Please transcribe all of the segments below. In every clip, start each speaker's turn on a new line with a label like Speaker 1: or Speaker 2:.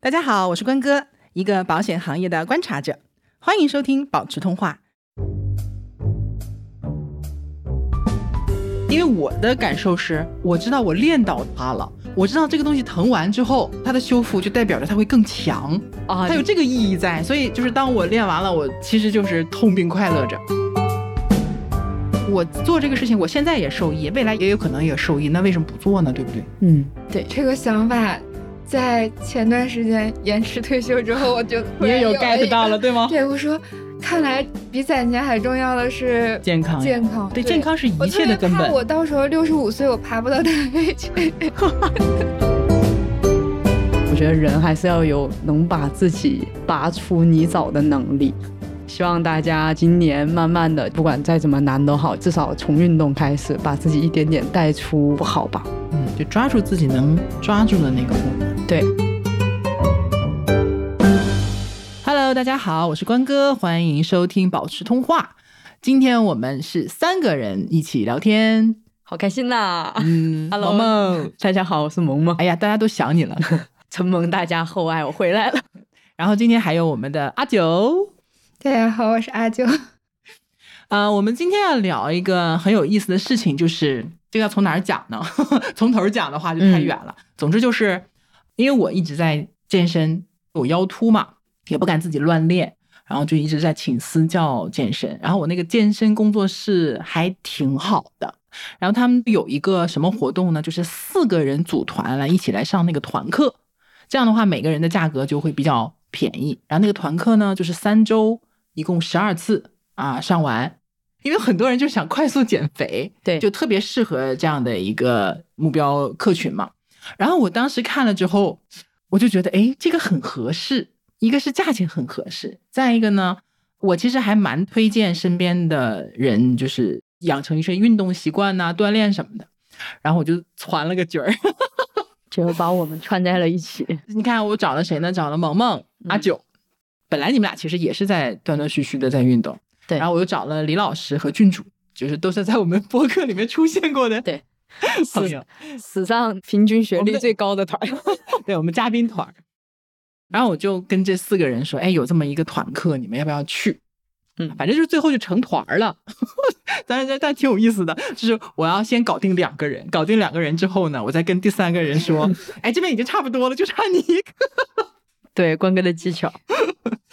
Speaker 1: 大家好，我是关哥，一个保险行业的观察者，欢迎收听保持通话。
Speaker 2: 因为我的感受是，我知道我练到它了，我知道这个东西疼完之后，它的修复就代表着它会更强，
Speaker 3: 啊
Speaker 2: 它有这个意义在。所以就是当我练完了，我其实就是痛并快乐着。我做这个事情，我现在也受益，未来也有可能也受益，那为什么不做呢？对不对？
Speaker 3: 嗯，
Speaker 4: 这个想法在前段时间延迟退休之后，我就突然了一个。
Speaker 2: 对吗？
Speaker 4: 对，我说，看来比攒钱还重要的是
Speaker 2: 健康呀，
Speaker 4: 健康，
Speaker 2: 对健。康是
Speaker 4: 我
Speaker 2: 一
Speaker 4: 特
Speaker 2: 切
Speaker 4: 别
Speaker 2: 的根
Speaker 4: 怕
Speaker 2: 本。
Speaker 4: 哦我到时候六十五岁，我爬不到单 位去。
Speaker 3: 我觉得人还是要有能把自己拔出泥沼的能力。希望大家今年慢慢的，不管再怎么难都好，至少从运动开始，把自己一点点带出不好吧。
Speaker 2: 嗯，就抓住自己能抓住的那个部分。
Speaker 3: 对。
Speaker 2: Hello，大家好，我是关哥，欢迎收听保持通话。今天我们是三个人一起聊天。
Speaker 3: 好开心呐、
Speaker 5: 啊
Speaker 2: 嗯
Speaker 3: Hello
Speaker 2: 萌萌，
Speaker 3: 大家好，我是萌萌，
Speaker 2: 哎呀，大家都想你了。
Speaker 3: 承蒙大家厚爱，我回来了。
Speaker 2: 然后今天还有我们的阿九。
Speaker 4: 大家啊好，我是阿九。
Speaker 2: 呃，我们今天要聊一个很有意思的事情，就是这个要从哪儿讲呢？ 从头儿讲的话就太远了。总之就是，因为我一直在健身，有腰突嘛，也不敢自己乱练，然后就一直在请私教健身。然后我那个健身工作室还挺好的，然后他们有一个什么活动呢？就是四个人组团来一起来上那个团课，这样的话每个人的价格就会比较便宜。然后那个团课呢，就是三周，一共十二次啊上完。因为很多人就想快速减肥，
Speaker 3: 对
Speaker 2: 就特别适合这样的一个目标客群嘛。然后我当时看了之后，我就觉得，哎，这个很合适。一个是价钱很合适，再一个呢，我其实还蛮推荐身边的人，就是养成一些运动习惯呐、锻炼什么的。然后我就攒了个局儿，
Speaker 3: 就把我们串在了一起。
Speaker 2: 你看我找了谁呢？找了萌萌、阿
Speaker 3: 嗯
Speaker 2: 九。本来你们俩其实也是在断断续续的在运动，
Speaker 3: 对
Speaker 2: 然后我又找了李老师和郡主，就是都是在我们播客里面出现过 的
Speaker 3: 对
Speaker 2: 朋 友。
Speaker 3: 史上平均学
Speaker 2: 我们
Speaker 3: 历
Speaker 2: 的
Speaker 3: 最高的团，
Speaker 2: 对我们嘉宾团儿。然后我就跟这四个人说：“哎，有这么一个团课，你们要不要去？”
Speaker 3: 嗯
Speaker 2: 反正就是最后就成团儿了， 但是但但挺有意思的，就是我要先搞定两个人，搞定两个人之后呢，我再跟第三个 人说：“哎，这边已经差不多了，就差你一个。
Speaker 3: 对关哥的技巧，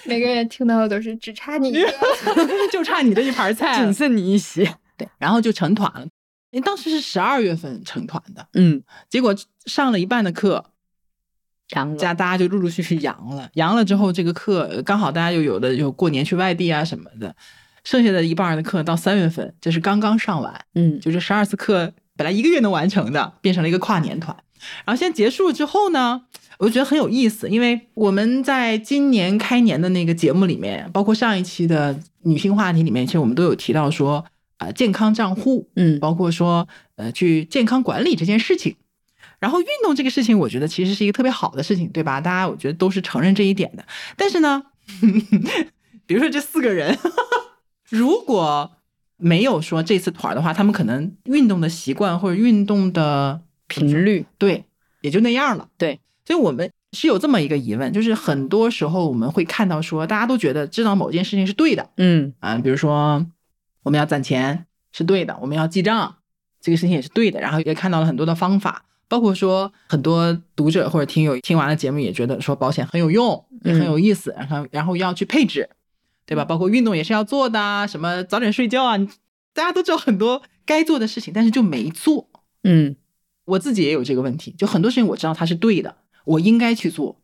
Speaker 4: 每个人听到的都是只差你 一个。
Speaker 2: 就差你这一盘 菜了
Speaker 3: 仅。剩你一席。
Speaker 2: 对，然后就成团了。因为当时是十二月份成团的，
Speaker 3: 嗯，
Speaker 2: 结果上了一半的课，
Speaker 3: 强
Speaker 2: 家大家就陆陆续续阳了，阳了之后，这个课呃刚好大家又有的有过年去外地啊什么的，剩下的一半儿的课到三月份，这是刚刚上完，
Speaker 3: 嗯，
Speaker 2: 就这十二次课本来一个月能完成的，变成了一个跨年团。然后现在结束之后呢，我就觉得很有意思，因为我们在今年开年的那个节目里面，包括上一期的女性话题里面，其实我们都有提到说啊、呃健康账户，
Speaker 3: 嗯
Speaker 2: 包括说呃去健康管理这件事情。然后运动这个事情，我觉得其实是一个特别好的事情，对吧？大家我觉得都是承认这一点的。但是呢， 比如说这四个人， 如果没有说这次团儿的话，他们可能运动的习惯或者运动的
Speaker 3: 频率，
Speaker 2: 对，也就那样了。
Speaker 3: 对，
Speaker 2: 所以我们是有这么一个疑问，就是很多时候我们会看到说，大家都觉得知道某件事情是对的
Speaker 3: 嗯
Speaker 2: 啊，比如说我们要攒钱是对的，我们要记账这个事情也是对的，然后也看到了很多的方法。包括说，很多读者或者听友听完了节目也觉得说保险很有用，也很有意思，然后然后要去配置，对吧？包括运动也是要做的啊，什么早点睡觉啊，你大家都知道很多该做的事情，但是就没做。
Speaker 3: 嗯，
Speaker 2: 我自己也有这个问题，就很多事情我知道它是对的，我应该去做，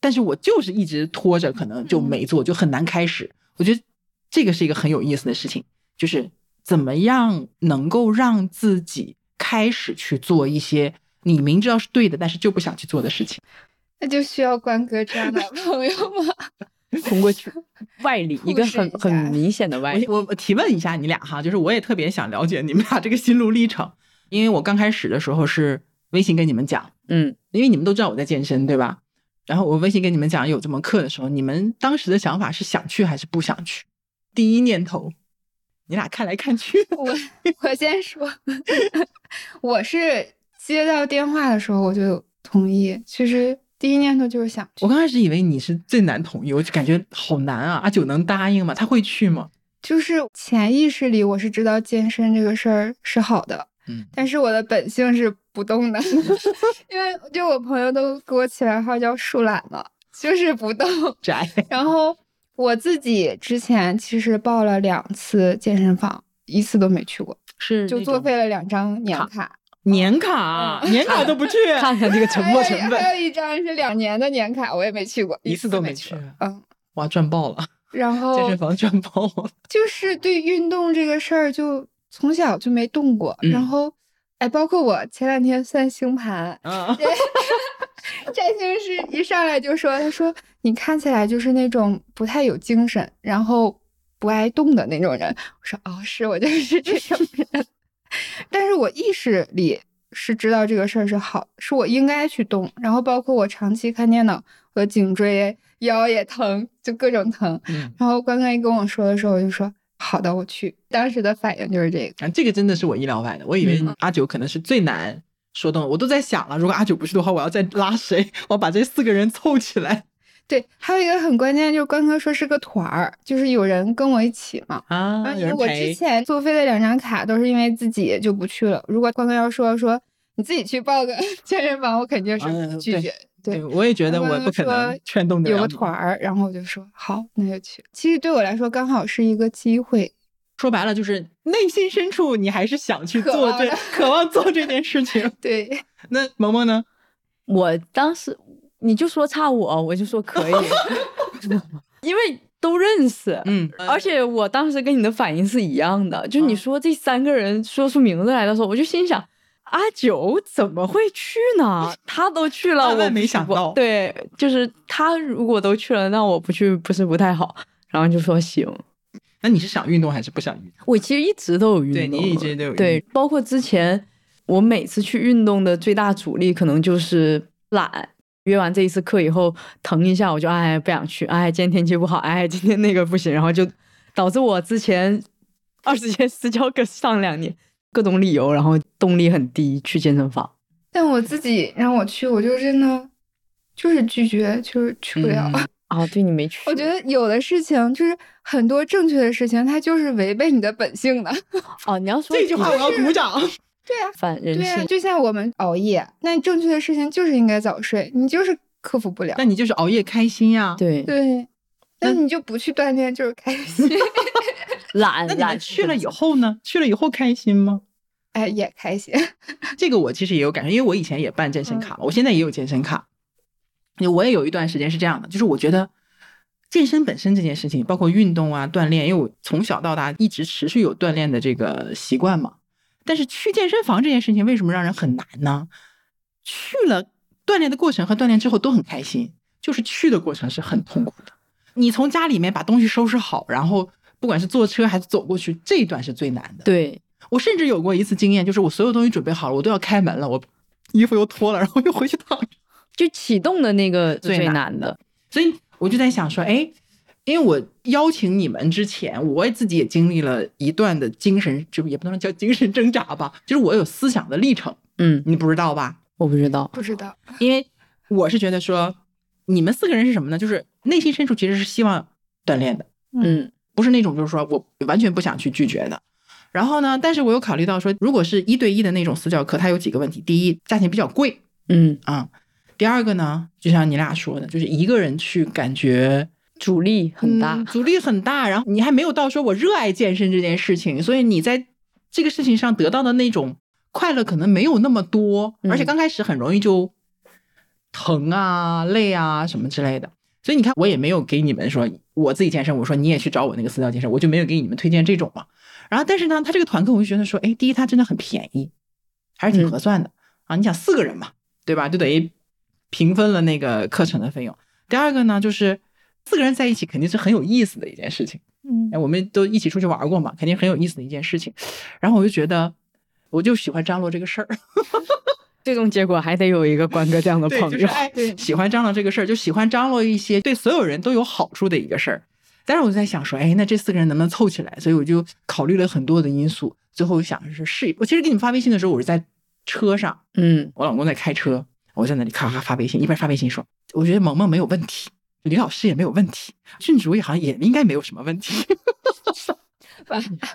Speaker 2: 但是我就是一直拖着，可能就没做，就很难开始。我觉得这个是一个很有意思的事情，就是怎么样能够让自己开始去做一些你明知道是对的，但是就不想去做的事情。
Speaker 4: 那就需要关哥这样的朋友吗？
Speaker 3: 通过去 外力，一个很
Speaker 4: 促使
Speaker 3: 很
Speaker 4: 一下
Speaker 3: 明显的外
Speaker 5: 哎
Speaker 3: 力。
Speaker 2: 我我提问一下你俩哈，就是我也特别想了解你们俩这个心路历程，因为我刚开始的时候是微信跟你们讲。
Speaker 3: 嗯，
Speaker 2: 因为你们都知道我在健身，对吧？然后我微信跟你们讲有这门课的时候，你们当时的想法是想去还是不想去？第一念头，你俩看来看去，
Speaker 4: 我我先说， 我是接到电话的时候我就同意。其实第一念头就是想 去
Speaker 2: 我，刚开始以为你是最难同意，我就感觉好难啊！阿九能答应吗？他会去吗？
Speaker 4: 就是潜意识里我是知道健身这个事儿是好的，
Speaker 2: 嗯，
Speaker 4: 但是我的本性是不动的， 因为就我朋友都给我起外号叫树懒嘛，就是不动。
Speaker 2: 宅。
Speaker 4: 然后我自己之前其实报了两次健身房，一次都没去过，
Speaker 2: 是
Speaker 4: 就作废了两张年
Speaker 2: 卡
Speaker 4: 卡，
Speaker 2: 年卡，年卡都不去，
Speaker 5: 哦 看看这个沉
Speaker 4: 还有
Speaker 5: 没
Speaker 4: 一
Speaker 5: 成本。
Speaker 4: 还有一张是两年的年卡，我也没去过，
Speaker 2: 一次
Speaker 4: 次
Speaker 2: 都没
Speaker 4: 没
Speaker 2: 去
Speaker 4: 过。嗯，
Speaker 2: 哇，赚爆了！
Speaker 4: 然后
Speaker 2: 健身房赚爆了。
Speaker 4: 就是对运动这个事儿，就从小就没动过。
Speaker 2: 嗯，
Speaker 4: 然后，哎，包括我前两天算星盘
Speaker 5: 哦
Speaker 2: 啊，
Speaker 4: 占星师一上来就说：“他说你看起来就是那种不太有精神，然后不爱动的那种人。”我说：“哦，是我就是这种人。” 但是我意识里是知道这个事儿是好，是我应该去动。然后包括我长期看电脑，我的颈椎、腰也疼，就各种疼。
Speaker 2: 嗯，
Speaker 4: 然后关关一跟我说的时候，我就说好的，我去。当时的反应就是这个，
Speaker 2: 啊，这个真的是我意料外的，我以为
Speaker 5: 嗯
Speaker 2: 阿九可能是最难说动的，我都在想了，如果阿九不去的话，我要再拉谁？我要把这四个人凑起来
Speaker 4: 对。还有一个很关键就是关哥说是个团儿，就是有人跟我一起嘛。
Speaker 2: 啊，
Speaker 4: 而
Speaker 2: 有
Speaker 4: 且
Speaker 2: 人
Speaker 4: 我之
Speaker 2: 陪。
Speaker 4: 前作废的两张卡都是因为自己就不去了。如果关哥要说说你自己去报个 健身房，我肯定
Speaker 2: 嗯
Speaker 4: 是拒
Speaker 2: 对
Speaker 4: 绝。
Speaker 2: 对，我也觉得
Speaker 4: 刚
Speaker 2: 我
Speaker 4: 刚
Speaker 2: 不可能
Speaker 4: 说
Speaker 2: 劝动得
Speaker 4: 有
Speaker 2: 了
Speaker 4: 个
Speaker 2: 你
Speaker 4: 团儿，然后我就说好，那就去。其实对我来说刚好是一个机会，
Speaker 2: 说白了就是内心深处你还是想去
Speaker 4: 渴
Speaker 2: 做
Speaker 4: 望
Speaker 2: 这
Speaker 4: 的
Speaker 2: 渴望做这件事情。
Speaker 4: 对，
Speaker 2: 那萌萌呢？
Speaker 5: 我当时你就说差我，我就说可以， 因为都认识。
Speaker 2: 嗯，
Speaker 5: 而且我当时跟你的反应是一样的，就
Speaker 3: 嗯
Speaker 5: 你说这三个人说出名字来的时候，我就心想。阿九怎么会去呢？他都去了，
Speaker 2: 万万
Speaker 5: 我不
Speaker 2: 没
Speaker 5: 去
Speaker 2: 想
Speaker 5: 不
Speaker 2: 到
Speaker 5: 对，就是他如果都去了，那我不去不是不太好。然后就说行，
Speaker 2: 那你是想运动还是不想运动？
Speaker 5: 我其实一直都有运动，
Speaker 2: 对你一直都有运动
Speaker 5: 对，包括之前我每次去运动的最大阻力可能就是懒。约完这一次课以后，疼一下我就哎不想去，哎今天天气不好，哎今天那个不行，然后就导致我之前 二十天私教课上两年，各种理由，然后动力很低去健身房。
Speaker 4: 但我自己让我去，我就真的就是拒绝，就是去不了。
Speaker 2: 嗯
Speaker 5: 啊，对你没去，
Speaker 4: 我觉得有的事情就是很多正确的事情，它就是违背你的本性的。
Speaker 5: 哦，你要说
Speaker 2: 这句话我要鼓掌。
Speaker 4: 对啊，
Speaker 5: 反人
Speaker 4: 对啊，
Speaker 5: 性，
Speaker 4: 就像我们熬夜，那正确的事情就是应该早睡，你就是克服不了
Speaker 2: 那。你就是熬夜开心啊呀、。
Speaker 5: 对
Speaker 4: 对，那你就不去锻炼，就是开心，
Speaker 5: 懒
Speaker 2: 那你
Speaker 5: 懒
Speaker 2: 们去了以后呢？去了以后开心吗？
Speaker 4: 哎，也开心。
Speaker 2: 这个我其实也有感受，因为我以前也办健身卡嘛，我现在也有健身卡。我也有一段时间是这样的，就是我觉得健身本身这件事情，包括运动啊、锻炼，因为我从小到大一直持续有锻炼的这个习惯嘛。但是去健身房这件事情为什么让人很难呢？去了锻炼的过程和锻炼之后都很开心，就是去的过程是很痛苦的。你从家里面把东西收拾好，然后不管是坐车还是走过去，这一段是最难的。
Speaker 5: 对
Speaker 2: 我甚至有过一次经验，就是我所有东西准备好了，我都要开门了，我衣服又脱了，然后又回去躺着。
Speaker 5: 就启动的那个
Speaker 2: 最
Speaker 5: 最
Speaker 2: 难
Speaker 5: 难的，
Speaker 2: 所以我就在想说，哎，因为我邀请你们之前，我自己也经历了一段的精神，就也不能叫精神挣扎吧，就是我有思想的历程，
Speaker 5: 嗯，
Speaker 2: 你不知道吧？
Speaker 5: 我不知道，
Speaker 4: 不知道，
Speaker 2: 因为我是觉得说，你们四个人是什么呢？就是内心深处其实是希望锻炼的，
Speaker 5: 嗯
Speaker 2: 不是那种就是说我完全不想去拒绝的。然后呢，但是我有考虑到说，如果是一对一的那种私教课，它有几个问题：第一，价钱比较贵
Speaker 5: 嗯，
Speaker 2: 啊、第二个呢，就像你俩说的，就是一个人去感觉
Speaker 5: 阻力很大，
Speaker 2: 嗯阻力很大。然后你还没有到说我热爱健身这件事情，所以你在这个事情上得到的那种快乐可能没有那么多，
Speaker 5: 嗯
Speaker 2: 而且刚开始很容易就疼啊、累啊什么之类的。所以你看，我也没有给你们说我自己健身，我说你也去找我那个私教健身，我就没有给你们推荐这种嘛。然后，但是呢，他这个团课，我就觉得说，哎，第一，它真的很便宜，还是挺
Speaker 5: 嗯
Speaker 2: 合算的、啊。你想四个人嘛，对吧？就等于平分了那个课程的费用。第二个呢，就是四个人在一起肯定是很有意思的一件事情。
Speaker 4: 嗯
Speaker 2: 哎，我们都一起出去玩过嘛，肯定很有意思的一件事情。然后我就觉得，我就喜欢张罗这个事儿。
Speaker 5: 最终结果还得有一个关哥这样的
Speaker 2: 对，
Speaker 5: 朋
Speaker 2: 就是
Speaker 5: 友。
Speaker 2: 哎，喜欢张罗这个事儿，就喜欢张罗一些对所有人都有好处的一个事儿。但是我在想说，哎，那这四个人能不能凑起来？所以我就考虑了很多的因素，最后想是试一。我其实给你们发微信的时候，我是在车上，
Speaker 5: 嗯
Speaker 2: 我老公在开车，我在那里咔咔发微信，一边发微信说，我觉得萌萌没有问题，李老师也没有问题，郡主也好像也应该没有什么问题，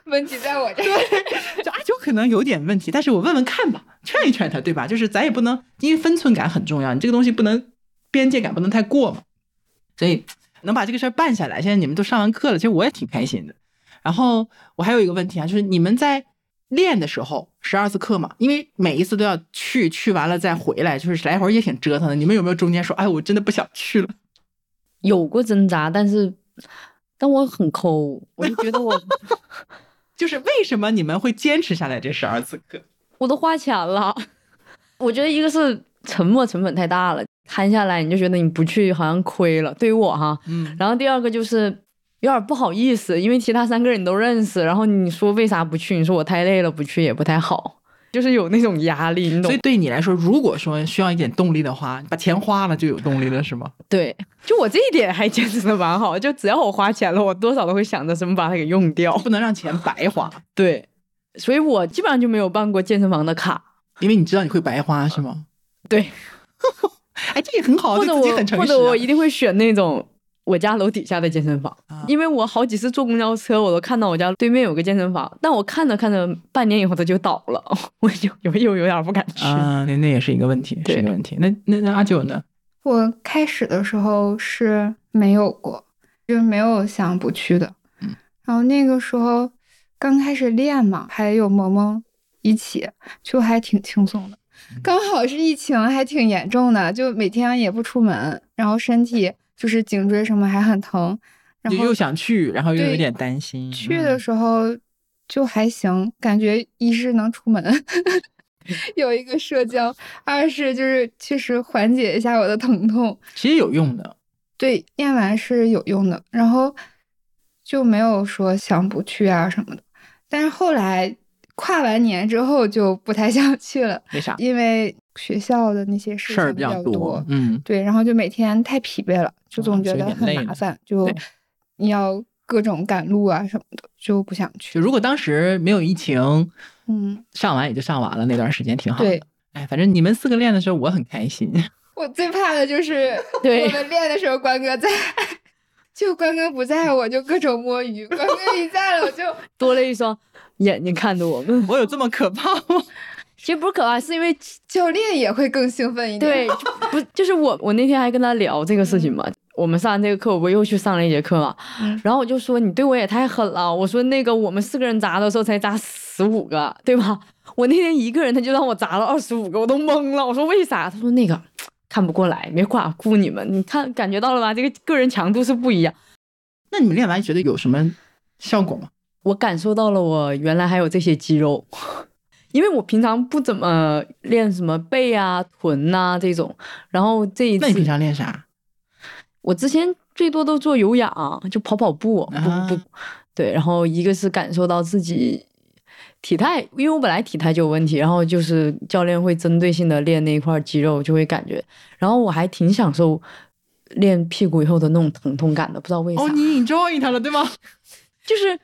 Speaker 4: 问题在我这儿。
Speaker 2: 就阿九可能有点问题，但是我问问看吧，劝一劝他，对吧？就是咱也不能，因为分寸感很重要，你这个东西不能边界感不能太过嘛。所以能把这个事儿办下来，现在你们都上完课了，其实我也挺开心的。然后我还有一个问题啊，就是你们在练的时候，十二次课嘛，因为每一次都要去，去完了再回来，就是来回也挺折腾的。你们有没有中间说，哎，我真的不想去了？
Speaker 5: 有过挣扎，但是但我很抠，我就觉得我
Speaker 2: 就是为什么你们会坚持下来这十二次课？
Speaker 5: 我都花钱了。 我觉得一个是沉没成本太大了，摊下来你就觉得你不去好像亏了，对于我哈。
Speaker 2: 嗯，
Speaker 5: 然后第二个就是有点不好意思，因为其他三个人你都认识，然后你说为啥不去？你说我太累了，不去也不太好，就是有那种压力，你懂
Speaker 2: 所以？对你来说，如果说需要一点动力的话，你把钱花了就有动力了，是吗？
Speaker 5: 对，就我这一点还坚持的蛮好，就只要我花钱了，我多少都会想着怎么把它给用 掉。
Speaker 2: 不能让钱白花，
Speaker 5: 对，所以我基本上就没有办过健身房的卡，
Speaker 2: 因为你知道你会白花，是吗？
Speaker 5: 对，
Speaker 2: 哎，这也很好，
Speaker 5: 或者
Speaker 2: 对
Speaker 5: 我
Speaker 2: 自己很诚实、啊。
Speaker 5: 或者我一定会选那种我家楼底下的健身房，
Speaker 2: 啊
Speaker 5: 因为我好几次坐公交车，我都看到我家对面有个健身房，但我看着看着，半年以后它就倒了， 我就有又有点不敢去。
Speaker 2: 啊，那那也是一个问题，是一
Speaker 5: 对
Speaker 2: 个问题。那那那阿九呢？
Speaker 4: 我开始的时候是没有过，就是没有想不去的。
Speaker 2: 嗯
Speaker 4: 然后那个时候刚开始练嘛，还有萌萌一起，就还挺轻松的。刚好是疫情还挺严重的，就每天也不出门，然后身体就是颈椎什么还很疼，然
Speaker 2: 就
Speaker 4: 后
Speaker 2: 又想去，然后又
Speaker 4: 对
Speaker 2: 有点担心。
Speaker 4: 去的时候就还行，感觉一是能出门，有一个社交；二是就是确实缓解一下我的疼痛。
Speaker 2: 嗯其实有用的，
Speaker 4: 对，练完是有用的，然后就没有说想不去啊什么的。但是后来跨完年之后就不太 想去了，
Speaker 2: 为啥？
Speaker 4: 因为学校的那些事
Speaker 2: 事儿
Speaker 4: 情
Speaker 2: 比
Speaker 4: 较
Speaker 2: 较嗯，
Speaker 4: 对，然后就每天太疲惫了，就
Speaker 2: 啊
Speaker 4: 总
Speaker 2: 就有
Speaker 4: 觉得
Speaker 2: 点
Speaker 4: 很
Speaker 2: 累
Speaker 4: 麻
Speaker 2: 了
Speaker 4: 烦，就
Speaker 2: 对
Speaker 4: 你要各种赶路啊什么的，就不想去
Speaker 2: 就。如果当时没有疫情，
Speaker 4: 嗯，
Speaker 2: 上完也就上完了，那段时间挺好的。
Speaker 4: 对，
Speaker 2: 哎，反正你们四个练的时候，我很开 心。
Speaker 4: 我最怕的 就是
Speaker 5: 对
Speaker 4: 我们练的时候关哥在， 就关哥不在，我就各种摸鱼；关哥一在了，我就
Speaker 5: 多了一双眼睛看着我们，
Speaker 2: 我有这么可怕吗？
Speaker 5: 其实不是可怕，是因为
Speaker 4: 教练也会更兴奋一
Speaker 5: 对
Speaker 4: 点。，
Speaker 5: 就不就是我，我那天还跟他聊这个事情嘛。我们上完这个课，我不又去上了一节课嘛，
Speaker 4: 嗯
Speaker 5: 然后我就说你对我也太狠了。我说那个我们四个人砸的时候才砸十五个，对吧？我那天一个人他就让我砸了二十五个，我都懵了。我说为啥？他说那个看不过来，没法顾你们。你看感觉到了吧？这个个人强度是不一样。
Speaker 2: 那你们练完觉得有什么效果吗？
Speaker 5: 我感受到了，我原来还有这些肌肉， 因为我平常不怎么练什么背啊、臀呐、这种，然后这一次
Speaker 2: 那你平常练啥？
Speaker 5: 我之前最多都做有氧，就跑跑步，
Speaker 2: 啊
Speaker 5: 不不，对。然后一个是感受到自己体态，因为我本来体态就有问题，然后就是教练会针对性的练那一块肌肉，就会感觉。然后我还挺享受练屁股以后的那种疼痛感的，不知道为啥，
Speaker 2: 哦，你 enjoy 它了，对吗？
Speaker 5: 就是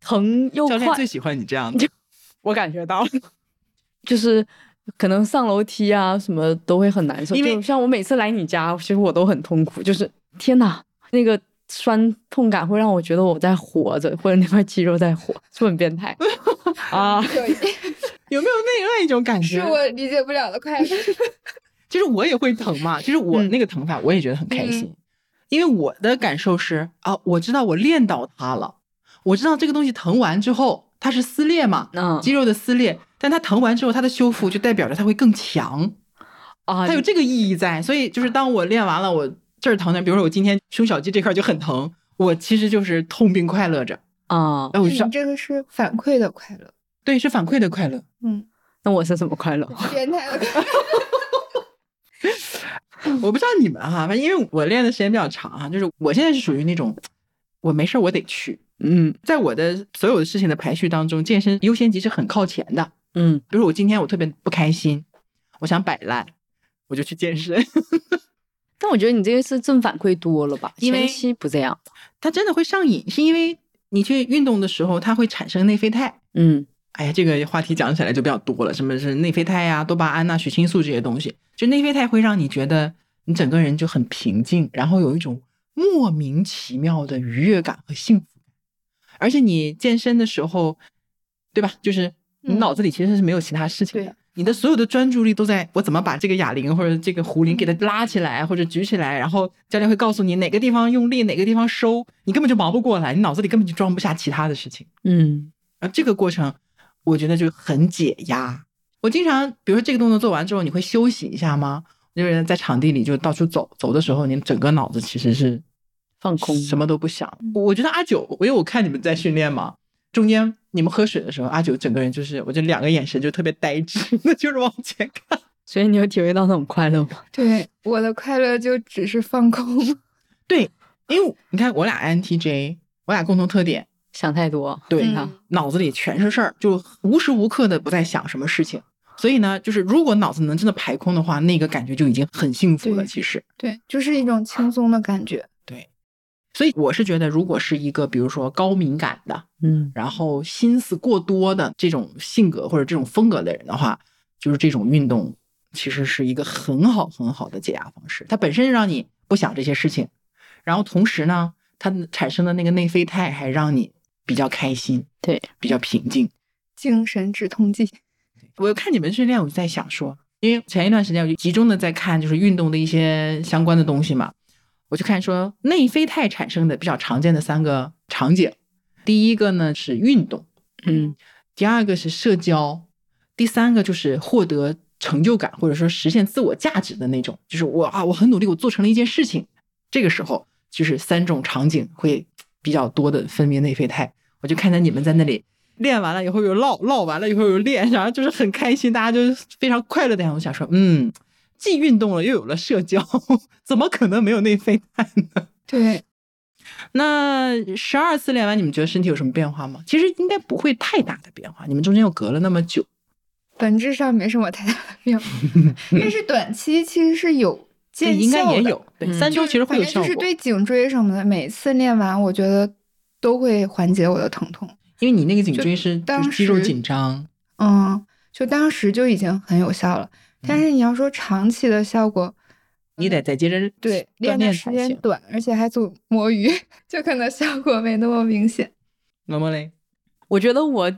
Speaker 5: 疼又
Speaker 2: 教
Speaker 5: 快。
Speaker 2: 练最喜欢你这样 的。
Speaker 5: 我感觉到了，就是可能上楼梯啊什么都会很难受。
Speaker 2: 因为
Speaker 5: 就像我每次来你家，其实我都很痛苦，就是天哪，那个酸痛感会让我觉得我在活着，或者那块肌肉在活，是不是很 变态 啊？
Speaker 4: 有一点
Speaker 2: 有没有另外一种感觉？
Speaker 4: 是我理解不了的快乐。
Speaker 2: 就是我也会疼嘛，就是我
Speaker 5: 嗯
Speaker 2: 那个疼法，我也觉得很开心，因为我的感受是啊，我知道我练到它了，我知道这个东西疼完之后它是撕裂嘛，
Speaker 5: 嗯
Speaker 2: 肌肉的撕裂，但它疼完之后它的修复就代表着它会更强，
Speaker 5: 啊，
Speaker 2: 它有这个意义在，所以就是当我练完了，我这儿疼那儿，比如说我今天胸小肌这块就很疼，我其实就是痛并快乐着，
Speaker 5: 啊，
Speaker 2: 哎，我就知道
Speaker 4: 你这个是反馈的快 乐，
Speaker 2: 对，是反馈的快乐。
Speaker 4: 嗯，
Speaker 5: 那我是什么快乐？
Speaker 4: 变态的 快乐。
Speaker 2: 我不知道你们哈、反正因为我练的时间比较长啊，就是我现在是属于那种我没事儿我得去，
Speaker 5: 嗯
Speaker 2: 在我的所有的事情的排序当中，健身优先级是很靠前的。
Speaker 5: 嗯，
Speaker 2: 比如说我今天我特别不开心，我想摆烂，我就去健身。
Speaker 5: 但我觉得你这个是正反馈多了吧？
Speaker 2: 因为
Speaker 5: 前期不这样。
Speaker 2: 它真的会上瘾，是因为你去运动的时候，它会产生内啡肽。啊
Speaker 5: 嗯
Speaker 2: 哎呀，这个话题讲起来就比较多了，什么是内啡肽呀、多巴胺呐、血清素这些东西，就内啡肽会让你觉得你整个人就很平静，然后有一种莫名其妙的愉悦感和幸福感。而且你健身的时候，对吧？就是你
Speaker 5: 嗯
Speaker 2: 脑子里其实是没有其他事情的，你的所有的专注力都在我怎么把这个哑铃或者这个壶铃给它拉起来或者举起来，然后教练会告诉你哪个地方用力，哪个地方收，你根本就忙不过来，你脑子里根本就装不下其他的事情。
Speaker 3: 嗯
Speaker 2: 然啊后这个过程，我觉得就很解压。我经常，比如说这个动作做完之后，你会休息一下吗？就是在场地里就到处走，走的时候，你整个脑子其实是
Speaker 3: 放空
Speaker 2: 什么都不想。我觉得阿九，因为我看你们在训练嘛，中间你们喝水的时候，阿九整个人就是，我就两个眼神就特别呆滞， 那就是往前看。
Speaker 3: 所以你有体会到那种快乐吗？
Speaker 4: 对， 我的快乐就只是放空。
Speaker 2: 因为你看我俩 INTJ，我俩共同特点，
Speaker 3: 想太多，
Speaker 2: 对，
Speaker 3: 啊
Speaker 4: 嗯，
Speaker 2: 脑子里全是事儿，就无时无刻的不在想什么事情。所以呢，就是如果脑子能真的排空的话，那个感觉就已经很幸福了。
Speaker 4: 对
Speaker 2: 其实，
Speaker 4: 对，就是一种轻松的感觉。
Speaker 2: 所以我是觉得，如果是一个比如说高敏感的，
Speaker 3: 嗯，
Speaker 2: 然后心思过多的这种性格或者这种风格的人的话，就是这种运动其实是一个很好很好的解压方式。它本身让你不想这些事情，然后同时呢，它产生的那个内啡肽还让你比较开心，
Speaker 3: 对，
Speaker 2: 比较平静。
Speaker 4: 精神止痛剂，
Speaker 2: 我看你们训练，我就在想说，因为前一段时间我就集中的在看就是运动的一些相关的东西嘛，我就看说内啡肽产生的比较常见的三个场景，第一个呢是运动，
Speaker 3: 嗯，
Speaker 2: 第二个是社交，第三个就是获得成就感或者说实现自我价值的那种，就是我啊我很努力，我做成了一件事情，这个时候就是三种场景会比较多的分泌内啡肽，我就看见你们在那里练完了以后又唠，唠完了以后又练，然后就是很开心，大家就是非常快乐的样子。我想说，嗯，既运动了又有了社交， 怎么可能没有内啡肽呢？
Speaker 4: 对，
Speaker 2: 那十二次练完，你们觉得身体有什么变化吗？其实应该不会太大的变化，你们中间又隔了那么久，
Speaker 4: 本质上没什么太大的 变化，但是短期其实是有
Speaker 2: 这
Speaker 4: 见
Speaker 2: 应该
Speaker 4: 效
Speaker 2: 也
Speaker 4: 的
Speaker 2: 有，对，
Speaker 3: 嗯
Speaker 2: 三周
Speaker 4: 就
Speaker 2: 其实会有
Speaker 4: 反
Speaker 2: 效
Speaker 4: 正
Speaker 2: 果，
Speaker 4: 就是对颈椎什么的，每次练完，我觉得都会缓解我的疼痛。
Speaker 2: 因为你那个颈椎是
Speaker 4: 当
Speaker 2: 就是肌肉
Speaker 4: 时
Speaker 2: 紧张，
Speaker 4: 嗯，就当时就已经很有效了。但是你要说长期的效果，
Speaker 2: 你得再接着
Speaker 4: 嗯对，
Speaker 2: 锻
Speaker 4: 练
Speaker 2: 炼
Speaker 4: 的时
Speaker 2: 才
Speaker 4: 间
Speaker 2: 行。
Speaker 4: 短，而且还总摸鱼， 就可能效果没那么明显。
Speaker 2: 么么嘞，
Speaker 5: 我觉得我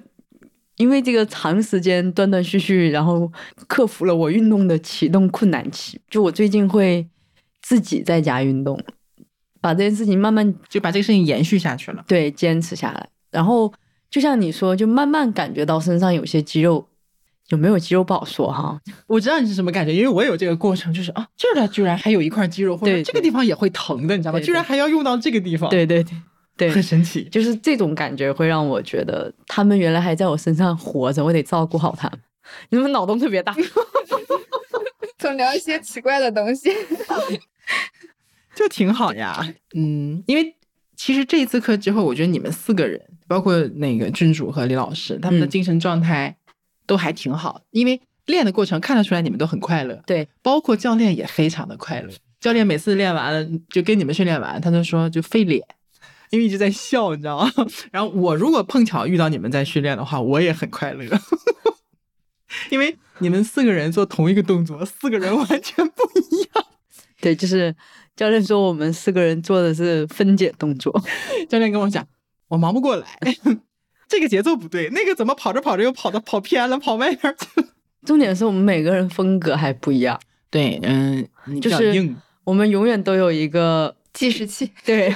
Speaker 5: 因为这个长时间断断续续，然后克服了我运动的启动困难期。就我最近会自己在家运动，把这件事情慢慢
Speaker 2: 就把这个事情延续下去了。
Speaker 5: 对坚持下来。然后就像你说，就慢慢感觉到身上有些肌肉，有没有肌肉不好说哈。
Speaker 2: 我知道你是什么感觉，因为我有这个过程，就是啊，这儿呢居然还有一块肌肉，或者
Speaker 5: 对
Speaker 2: 这个
Speaker 5: 对
Speaker 2: 地方也会疼的，你知道吗？
Speaker 5: 对对
Speaker 2: 居然还要用到这个地方，，
Speaker 5: 对对对对，
Speaker 2: 很神奇。
Speaker 5: 就是这种感觉会让我觉得他们原来还在我身上活着，我得照顾好他们。你们脑洞特别大，
Speaker 4: 总聊一些奇怪的东西，
Speaker 2: 就挺好呀。嗯，因为其实这一次课之后，我觉得你们四个人，包括那个郡主和李老师，他们的
Speaker 5: 嗯
Speaker 2: 精神状态都还挺好，因为练的过程看得出来你们都很快乐。
Speaker 5: 对，
Speaker 2: 包括教练也非常的快乐。教练每次练完了，就跟你们训练完，他就说就费脸。因为一直在笑，你知道吗？ 然后我如果碰巧遇到你们在训练的话，我也很快乐， 因为你们四个人做同一个动作，四个人完全不 一样。
Speaker 5: 对，就是教练说我们四个人做的是分解动作，
Speaker 2: 教练跟我讲，我忙不过来， 这个节奏不对，那个怎么跑着跑着又跑到跑偏了，跑外边去了。
Speaker 5: 重点是我们每个人风格还不一样，
Speaker 2: 对，嗯，你
Speaker 5: 比较硬，我们永远都有一个
Speaker 4: 计时器。
Speaker 5: 对。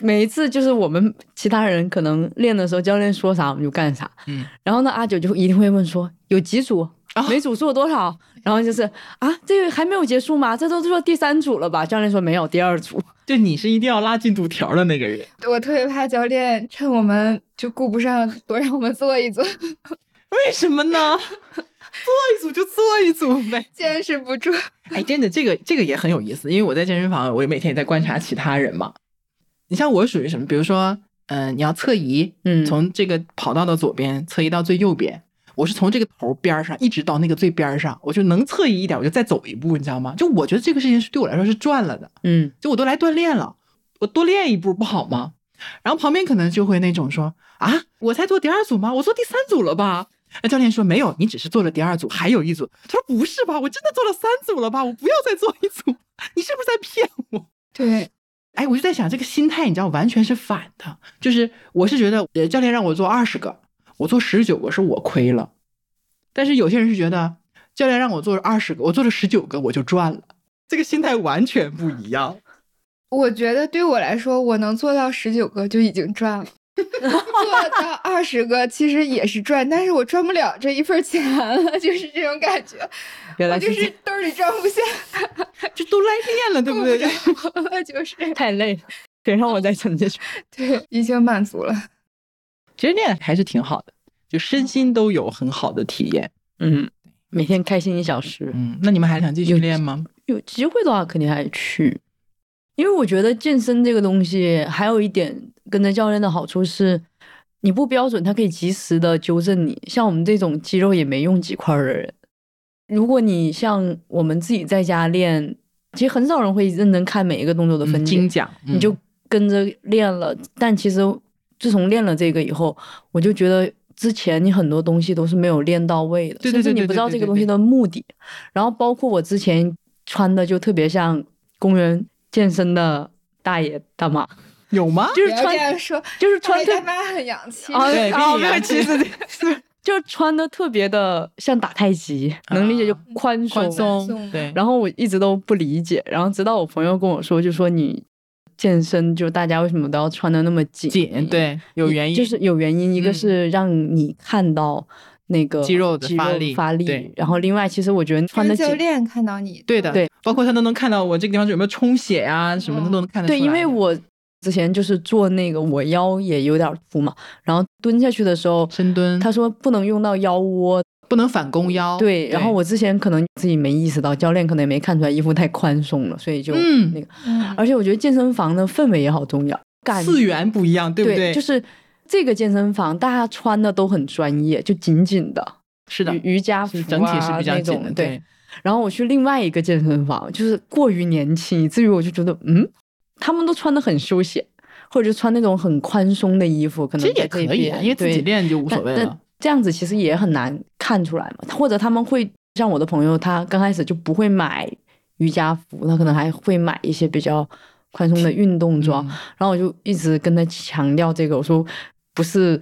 Speaker 5: 每一次就是我们其他人可能练的时候，教练说啥我们就干啥。
Speaker 2: 嗯，
Speaker 5: 然后呢，阿九就一定会问说有几组
Speaker 2: 啊，
Speaker 5: 每组做多少？然后就是啊，这个还没有结束吗？这都做第三组了吧？教练说没有，第二组。
Speaker 2: 就你是一定要拉进度条的那个人。
Speaker 4: 我特别怕教练趁我们就顾不上，多让我们做一做，
Speaker 2: 为什么呢？ 做一组就做一组呗。
Speaker 4: 坚持不住。
Speaker 2: 哎，真的，这个这个也很有意思，因为我在健身房，我也每天也在观察其他人嘛。你像我属于什么？比如说，嗯、你要侧移，
Speaker 5: 嗯
Speaker 2: 从这个跑道的左边侧移到最右边，我是从这个头边儿上一直到那个最边儿上，我就能侧移一点，我就再走一步，你知道吗？就我觉得这个事情是对我来说是赚了的，
Speaker 5: 嗯，
Speaker 2: 就我都来锻炼了，我多练一步不好吗？然后旁边可能就会那种说啊，我才做第二组吗？我做第三组了吧？那教练说没有，你只是做了第二组，还有一组。他说不是吧，我真的做了三组了吧？我不要再做一组， 你是不是在骗我？
Speaker 4: 对，
Speaker 2: 哎，我就在想这个心态，你知道，完全是反的。就是我是觉得，呃，教练让我做二十个，我做十九，我说我亏了。但是有些人是觉得，教练让我做二十个，我做了十九个，我就赚了。这个心态完全不一样。
Speaker 4: 我觉得对我来说，我能做到十九个就已经赚了。 做到二十个其实也是赚，但是我赚不了这一份钱了， 就是这种感觉。
Speaker 3: 原来
Speaker 4: 我就是
Speaker 3: 这
Speaker 4: 是兜里装不下，
Speaker 2: 就都来电了，对不对？
Speaker 4: 顾不着就是
Speaker 5: 太累了，得让我再沉下去。
Speaker 4: 对，已经满足了。
Speaker 2: 其实练还是挺好的，就身心都有很好的体验。
Speaker 5: 嗯，每天开心一小时，
Speaker 2: 嗯，那你们还想继续练吗？
Speaker 5: 有机会的话肯定还去，因为我觉得健身这个东西还有一点跟着教练的好处是，你不标准，他可以及时的纠正你。像我们这种肌肉也没用几块儿的人，如果你像我们自己在家练，其实很少人会认真看每一个动作的分
Speaker 2: 嗯
Speaker 5: 嗯解，
Speaker 2: 精讲，
Speaker 5: 你就跟着练了。但其实自从练了这个以后，我就觉得之前你很多东西都是没有练到位的，
Speaker 2: 对对
Speaker 5: 甚至
Speaker 2: 对
Speaker 5: 你
Speaker 2: 对
Speaker 5: 不知道
Speaker 2: 对
Speaker 5: 这
Speaker 2: 对
Speaker 5: 个
Speaker 2: 对
Speaker 5: 东西的目的。然后包括我之前穿的就特别像公园健身的大爷 大妈，
Speaker 2: 有吗？
Speaker 5: 就是
Speaker 4: 不要这
Speaker 5: 穿
Speaker 4: 样说，
Speaker 5: 就是穿
Speaker 4: 穿哦
Speaker 5: 特
Speaker 4: 大妈很洋气。
Speaker 5: 啊
Speaker 2: 对
Speaker 5: 啊，
Speaker 2: 比你
Speaker 5: 没有
Speaker 2: 洋
Speaker 5: 歧
Speaker 2: 气
Speaker 5: 视你，就是穿的特别的像打太极，能理解就
Speaker 2: 啊
Speaker 5: 宽松
Speaker 2: 宽松，
Speaker 4: 松
Speaker 2: 对，
Speaker 5: 然后我一直都不理解，然后直到我朋友跟我说，就说你健身，就大家为什么都要穿的那么紧？
Speaker 2: 紧，对，有原因，
Speaker 5: 就是有原因，一个
Speaker 2: 嗯
Speaker 5: 是让你看到那个
Speaker 2: 肌肉的
Speaker 5: 肌肉
Speaker 2: 发力
Speaker 5: 发力
Speaker 2: 对，
Speaker 5: 然后另外其实我觉得穿的紧
Speaker 4: 让教，练看到你，
Speaker 2: 对的，
Speaker 5: 对，
Speaker 2: 包括他都能看到我这个地方有没有充血啊，什么的
Speaker 4: 嗯
Speaker 2: 都能看得出
Speaker 5: 对，
Speaker 2: 来。
Speaker 5: 因为我之前就是做那个我腰也有点凸嘛，然后蹲下去的时候，
Speaker 2: 深蹲，
Speaker 5: 他说不能用到腰窝，
Speaker 2: 不能反弓腰，
Speaker 5: 对，然后我之前可能自己没意识到，教练可能也没看出来衣服太宽松了，所以就
Speaker 2: 嗯
Speaker 5: 那个，
Speaker 4: 嗯，
Speaker 5: 而且我觉得健身房的氛围也好重要，感
Speaker 2: 次元不一样，对不对？
Speaker 5: 就是这个健身房大家穿的都很专业，就紧紧的。
Speaker 2: 是的，
Speaker 5: 瑜瑜伽服、
Speaker 2: 就
Speaker 5: 啊、
Speaker 2: 是整体是比较
Speaker 5: 那
Speaker 2: 紧的，
Speaker 5: 种对。，然后我去另外一个健身房，就是过于年轻，以至于我就觉得，嗯，他们都穿的很休闲，或者就穿那种很宽松的衣服，可能
Speaker 2: 其实也
Speaker 5: 在
Speaker 2: 可
Speaker 5: 这
Speaker 2: 以啊，
Speaker 5: 边
Speaker 2: 因为自己
Speaker 5: 对
Speaker 2: 练就无所谓了
Speaker 5: 但
Speaker 2: 嗯
Speaker 5: 但。这样子其实也很难看出来嘛，或者他们会像我的朋友，他刚开始就不会买瑜伽服，他可能还会买一些比较宽松的运动装。
Speaker 2: 嗯
Speaker 5: 然后我就一直跟他强调这个，我说不是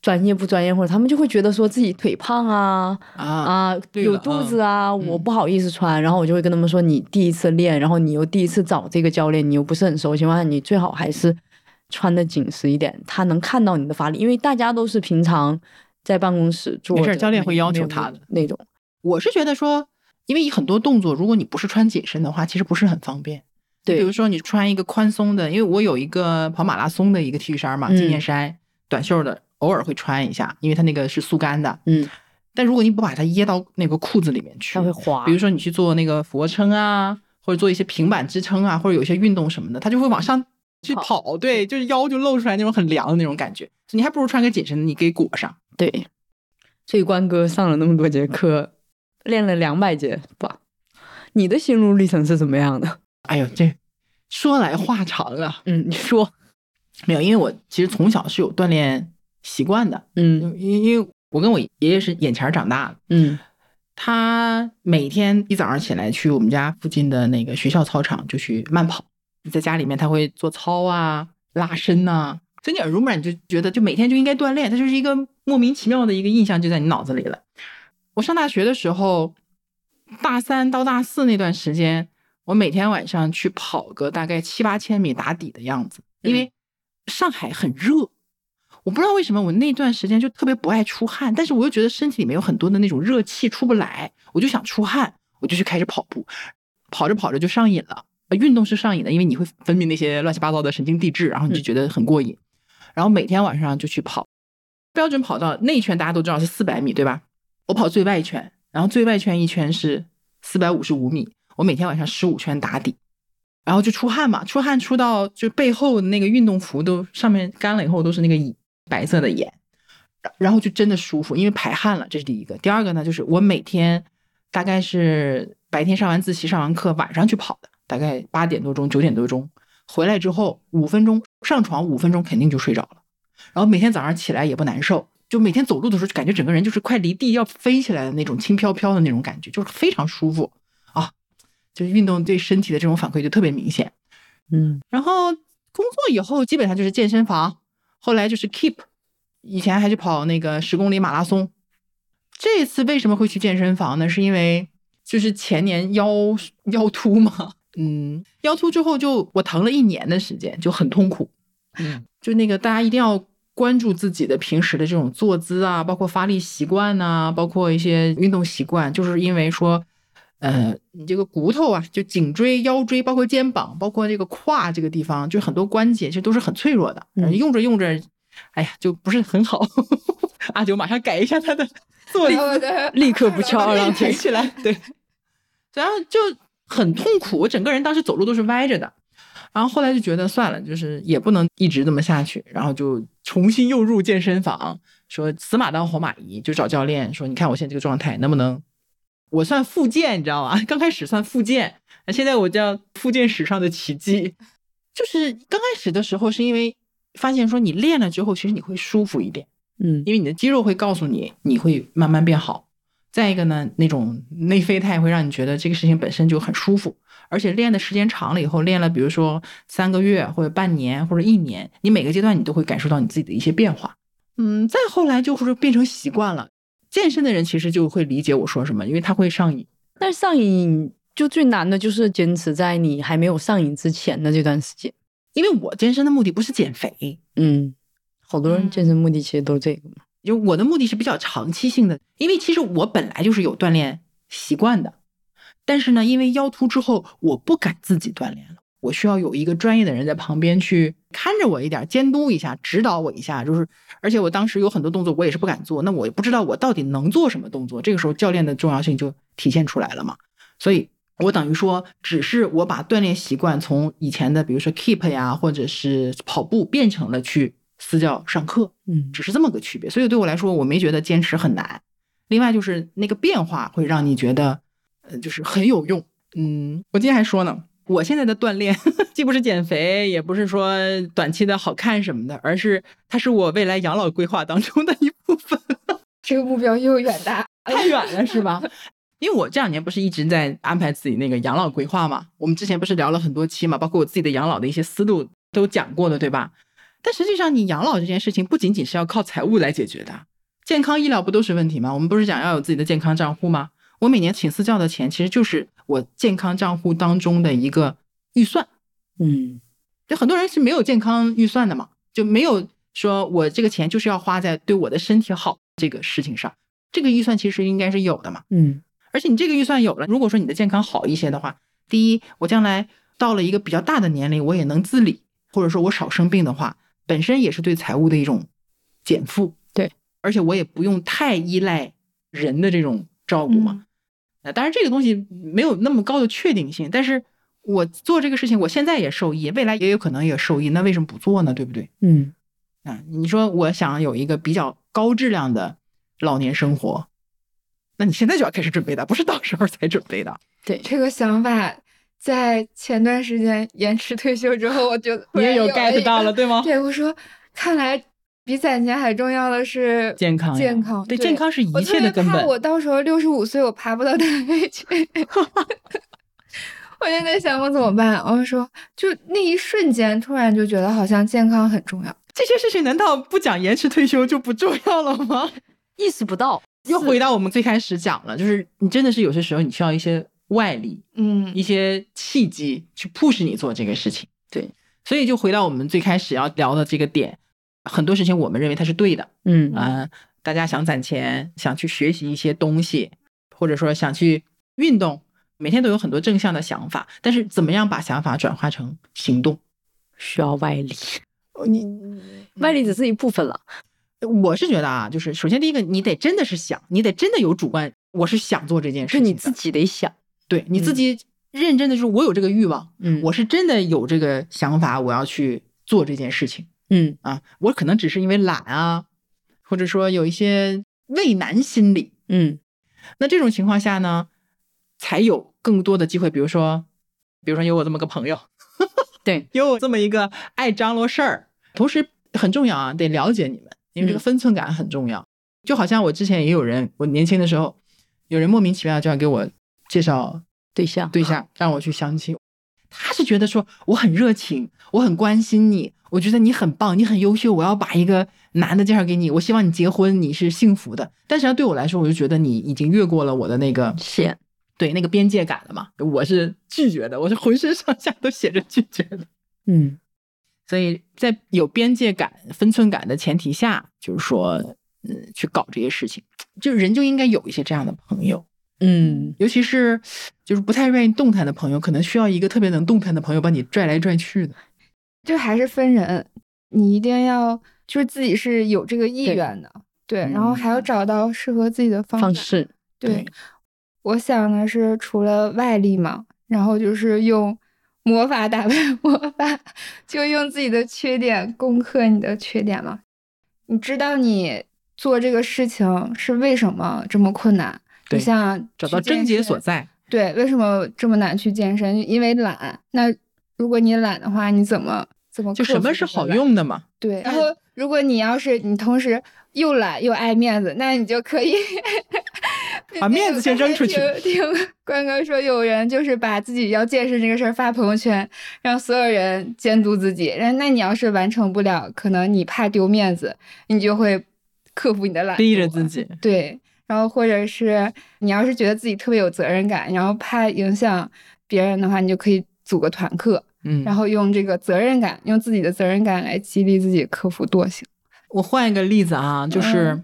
Speaker 5: 专业不专业，或者他们就会觉得说自己腿胖啊
Speaker 2: 啊，
Speaker 5: 啊
Speaker 2: 对
Speaker 5: 有
Speaker 2: 了
Speaker 5: 肚
Speaker 2: 嗯
Speaker 5: 子啊，我
Speaker 2: 嗯
Speaker 5: 不好意思穿。然后我就会跟他们说，你第一次练，然后你又第一次找这个教练，你又不是很熟的情况下，你最好还是穿的紧实一点，他能看到你的发力，因为大家都是平常在办公室做着
Speaker 2: 没
Speaker 5: 没，
Speaker 2: 事教练会要
Speaker 5: 没
Speaker 2: 求
Speaker 5: 有
Speaker 2: 他的
Speaker 5: 那种。
Speaker 2: 我是觉得说，因为很多动作，如果你不是穿紧身的话，其实不是很方便。比
Speaker 5: 对
Speaker 2: 如，说你穿一个宽松的，因为我有一个跑马拉松的一个 T 恤衫嘛，
Speaker 5: 嗯
Speaker 2: 纪念衫，短袖的，偶尔会穿一下，因为它那个是速干的。
Speaker 5: 嗯，
Speaker 2: 但如果你不把它掖到那个裤子里面去
Speaker 5: 他，会滑，
Speaker 2: 比如说你去做那个俯卧撑啊，或者做一些平板支撑啊，或者有一些运动什么的，它就会往上去
Speaker 5: 跑
Speaker 2: 跑，对，就是腰就露出来那种很凉的那种感觉。你还不如穿个紧身的，你给裹上。
Speaker 5: 对，所以关哥上了那么多节课， 练了两百节吧。你的心路历程是怎么样的？
Speaker 2: 哎呦，这说来话长啊，
Speaker 5: 嗯，你说，
Speaker 2: 没有，因为我其实从小是有锻炼习惯的，
Speaker 5: 嗯
Speaker 2: 因因因为我跟我爷爷是眼前儿长大的。
Speaker 5: 嗯
Speaker 2: 他每天一早上起来去我们家附近的那个学校操场就去慢跑，在家里面他会做操啊、拉伸啊呐、所以你耳濡目染，你就觉得就每天就应该锻炼，它就是一个莫名其妙的一个印象就在你脑子里了。我上大学的时候，大三到大四那段时间，我每天晚上去跑个大概七八千米打底的样子，因为上海很热，我不知道为什么我那段时间就特别不爱出汗，但是我又觉得身体里面有很多的那种热气出不来，我就想出汗，我就去开始跑步，跑着跑着就上瘾了。呃运动是上瘾的，因为你会分泌那些乱七八糟的神经递质，然后你就
Speaker 5: 嗯
Speaker 2: 觉得很过瘾。然后每天晚上就去跑，标准跑道内圈大家都知道是四百米，对吧？我跑最外圈，然后最外圈一圈是四百五十五米，我每天晚上十五圈打底，然后就出汗嘛，出汗出到就背后那个运动服都上面干了以后都是那个盐白色的盐，然然后就真的舒服，因为排汗了，这是第一个。第二个呢，就是我每天大概是白天上完自习上完课，晚上去跑的，大概八点多钟九点多钟回来之后，五分钟上床五分钟肯定就睡着了，然后每天早上起来也不难受，就每天走路的时候，就感觉整个人就是快离地要飞起来的那种轻飘飘的那种感觉，就是非常舒服啊！就是运动对身体的这种反馈就特别明显。
Speaker 3: 嗯，
Speaker 2: 然后工作以后基本上就是健身房，后来就是 Keep，以前还去跑那个十公里马拉松。这次为什么会去健身房呢？是因为就是前年腰腰突嘛， 嗯，腰突之后就我疼了一年的时间，就很痛苦。
Speaker 1: 嗯，
Speaker 2: 就那个大家一定要关注自己的平时的这种坐姿啊，包括发力习惯呐、包括一些运动习惯，就是因为说，呃，你这个骨头啊，就颈椎、腰椎，包括肩膀，包括这个胯这个地方，就很多关节其实都是很脆弱的，
Speaker 3: 嗯
Speaker 2: 用着用着，哎呀，就不是很好。 阿九马上改一下他的坐姿
Speaker 4: 然，后我的
Speaker 5: 立刻不 啊翘二郎
Speaker 2: 挺
Speaker 5: 腿。
Speaker 2: 起来，对，然后就很痛苦，我整个人当时走路都是歪着的。然后后来就觉得算了，就是也不能一直这么下去，然后就重新又入健身房，说死马当活马医，就找教练说，你看我现在这个状态能不能？我算复健，你知道吗？ 刚开始算复健，现在我叫复健史上的奇迹。就是刚开始的时候，是因为发现说你练了之后，其实你会舒服一点，
Speaker 3: 嗯
Speaker 2: 因为你的肌肉会告诉你，你会慢慢变好。再一个呢，那种内啡肽会让你觉得这个事情本身就很舒服，而且练的时间长了以后，练了比如说三个月或者半年或者一年，你每个阶段你都会感受到你自己的一些变化。嗯，再后来就是变成习惯了。健身的人其实就会理解我说什么，因为他会上瘾。
Speaker 5: 但是上瘾就最难的就是坚持在你还没有上瘾之前的这段时间。
Speaker 2: 因为我健身的目的不是减肥，
Speaker 5: 嗯，好多人健身目的其实都是这个嘛。
Speaker 2: 就我的目的是比较长期性的，因为其实我本来就是有锻炼习惯的，但是呢，因为腰突之后，我不敢自己锻炼了，我需要有一个专业的人在旁边去看着我一点，监督一下，指导我一下。就是，而且我当时有很多动作我也是不敢做，那我也不知道我到底能做什么动作，这个时候教练的重要性就体现出来了嘛。所以我等于说，只是我把锻炼习惯从以前的比如说 keep 呀，或者是跑步，变成了去私教上课。
Speaker 3: 嗯
Speaker 2: 只是这么个区别。所以对我来说，我没觉得坚持很难。另外就是那个变化会让你觉得，呃，就是很有用。嗯，我今天还说呢，我现在的锻炼 既不是减肥，也不是说短期的好看什么的，而是它是我未来养老规划当中的一部分。
Speaker 4: 这个目标又远大，
Speaker 2: 太远了是吧？因为我这两年不是一直在安排自己那个养老规划嘛，我们之前不是聊了很多期嘛，包括我自己的养老的一些思路都讲过的，对吧？但实际上，你养老这件事情不仅仅是要靠财务来解决的，健康医疗不都是问题吗？我们不是讲要有自己的健康账户吗？我每年请私教的钱其实就是我健康账户当中的一个预算，
Speaker 3: 嗯
Speaker 2: 就很多人是没有健康预算的嘛，就没有说我这个钱就是要花在对我的身体好这个事情上，这个预算其实应该是有的嘛。
Speaker 3: 嗯
Speaker 2: 而且你这个预算有了，如果说你的健康好一些的话，第一，我将来到了一个比较大的年龄，我也能自理，或者说我少生病的话，本身也是对财务的一种减负。
Speaker 5: 对，
Speaker 2: 而且我也不用太依赖人的这种照顾嘛。那当然，这个东西没有那么高的确定性，但是我做这个事情，我现在也受益，未来也有可能也受益，那为什么不做呢？对不对？
Speaker 3: 嗯
Speaker 2: 啊，你说我想有一个比较高质量的老年生活，那你现在就要开始准备的，不是到时候才准备 的。
Speaker 4: 这个想法在前段时间延迟退休之后，我就突
Speaker 2: 你
Speaker 4: 然
Speaker 2: 也有
Speaker 4: 了一
Speaker 2: get
Speaker 4: 个
Speaker 2: 到 了，对吗？
Speaker 4: 哎对，我说，看来比攒钱还重要的是
Speaker 2: 健康呀，
Speaker 4: 健康
Speaker 2: 对
Speaker 4: 对
Speaker 2: 健康是
Speaker 4: 我
Speaker 2: 一
Speaker 4: 特
Speaker 2: 切的
Speaker 4: 别
Speaker 2: 根
Speaker 4: 怕
Speaker 2: 本。
Speaker 4: 我到时候六十五岁，我爬不到单位 去。我就在想，我怎么办？我说，就那一瞬间，突然就觉得好像健康很重要。
Speaker 2: 这些事情难道不讲延迟退休就不重要了 吗？
Speaker 5: 意识不到，
Speaker 2: 又回到我们最开始讲了，就是你真的是有些时候你需要一些外力，
Speaker 4: 嗯
Speaker 2: 一些契机去 push 你做这个事情。
Speaker 5: 对，
Speaker 2: 所以就回到我们最开始要聊的这个点，很多事情我们认为它是对的，
Speaker 3: 嗯
Speaker 2: 啊、大家想攒钱，想去学习一些东西，或者说想去运动，每天都有很多正向的想法，但是怎么样把想法转化成行动？呃
Speaker 5: 需要外力，
Speaker 2: 你
Speaker 5: 外力只是一部分了。
Speaker 2: 我是觉得啊，就是首先第一个，你得真的是想，你得真的有主观，我是想做这件事情
Speaker 5: 是
Speaker 2: 的，
Speaker 5: 你自己得想，
Speaker 2: 对你自
Speaker 5: 嗯
Speaker 2: 己认真的，就是我有这个欲望，
Speaker 5: 嗯
Speaker 2: 我是真的有这个想法，我要去做这件事情。
Speaker 5: 嗯
Speaker 2: 啊，我可能只是因为懒啊，或者说有一些畏难心理，
Speaker 5: 嗯
Speaker 2: 那这种情况下呢，才有更多的机会，比如说，比如说有我这么个朋友，
Speaker 5: 对，
Speaker 2: 有我这么一个爱张罗事儿，同时很重要啊，得了解你们，因为这个分寸感很重要。就好像我之前也有人，我年轻的时候，有人莫名其妙就要给我介绍
Speaker 5: 对象
Speaker 2: 对象，让我去相亲。他是觉得说我很热情，我很关心你，我觉得你很棒，你很优秀，我要把一个男的介绍给你，我希望你结婚，你是幸福的。但实际上对我来说，我就觉得你已经越过了我的那个
Speaker 5: 线，
Speaker 2: 对那个边界感了嘛，我是拒绝的，我是浑身上下都写着拒绝的。
Speaker 3: 嗯，
Speaker 2: 所以在有边界感、分寸感的前提下，就是说，嗯，去搞这些事情，就人就应该有一些这样的朋友，
Speaker 3: 嗯，
Speaker 2: 尤其是就是不太愿意动弹的朋友，可能需要一个特别能动弹的朋友把你拽来拽去的。
Speaker 4: 就还是分人，你一定要就是自己是有这个意
Speaker 5: 对
Speaker 4: 愿的，对，
Speaker 2: 嗯
Speaker 4: 然后还要找到适合自己的方法。
Speaker 5: 方式
Speaker 4: 对，我想的是除了外力嘛，然后就是用魔法打败 魔法，就用自己的缺点攻克你的缺点嘛。你知道你做这个事情是为什么这么困难？
Speaker 2: 对
Speaker 4: 你像
Speaker 2: 找到
Speaker 4: 去健
Speaker 2: 症结
Speaker 4: 身
Speaker 2: 所在。
Speaker 4: 对，为什么这么难去健身？因为懒。那如果你懒的话，你怎么怎么
Speaker 2: 就
Speaker 4: 克
Speaker 2: 什
Speaker 4: 服
Speaker 2: 么
Speaker 4: 这
Speaker 2: 是
Speaker 4: 个
Speaker 2: 好
Speaker 4: 懒？
Speaker 2: 用的嘛？
Speaker 4: 对，然后如果你要是你同时又懒又爱面子，那你就可以
Speaker 2: 把面子先扔出去
Speaker 4: 听听关哥说，有人就是把自己要健身这个事儿发朋友圈，让所有人监督自己。然后，那你要是完成不了，可能你怕丢面子，你就会克服你的懒，
Speaker 2: 逼着自己，
Speaker 4: 对，然后或者是你要是觉得自己特别有责任感，然后怕影响别人的话，你就可以组个团课，
Speaker 2: 嗯，
Speaker 4: 然后用这个责任感，用自己的责任感来激励自己克服惰性。
Speaker 2: 我换一个例子啊，就是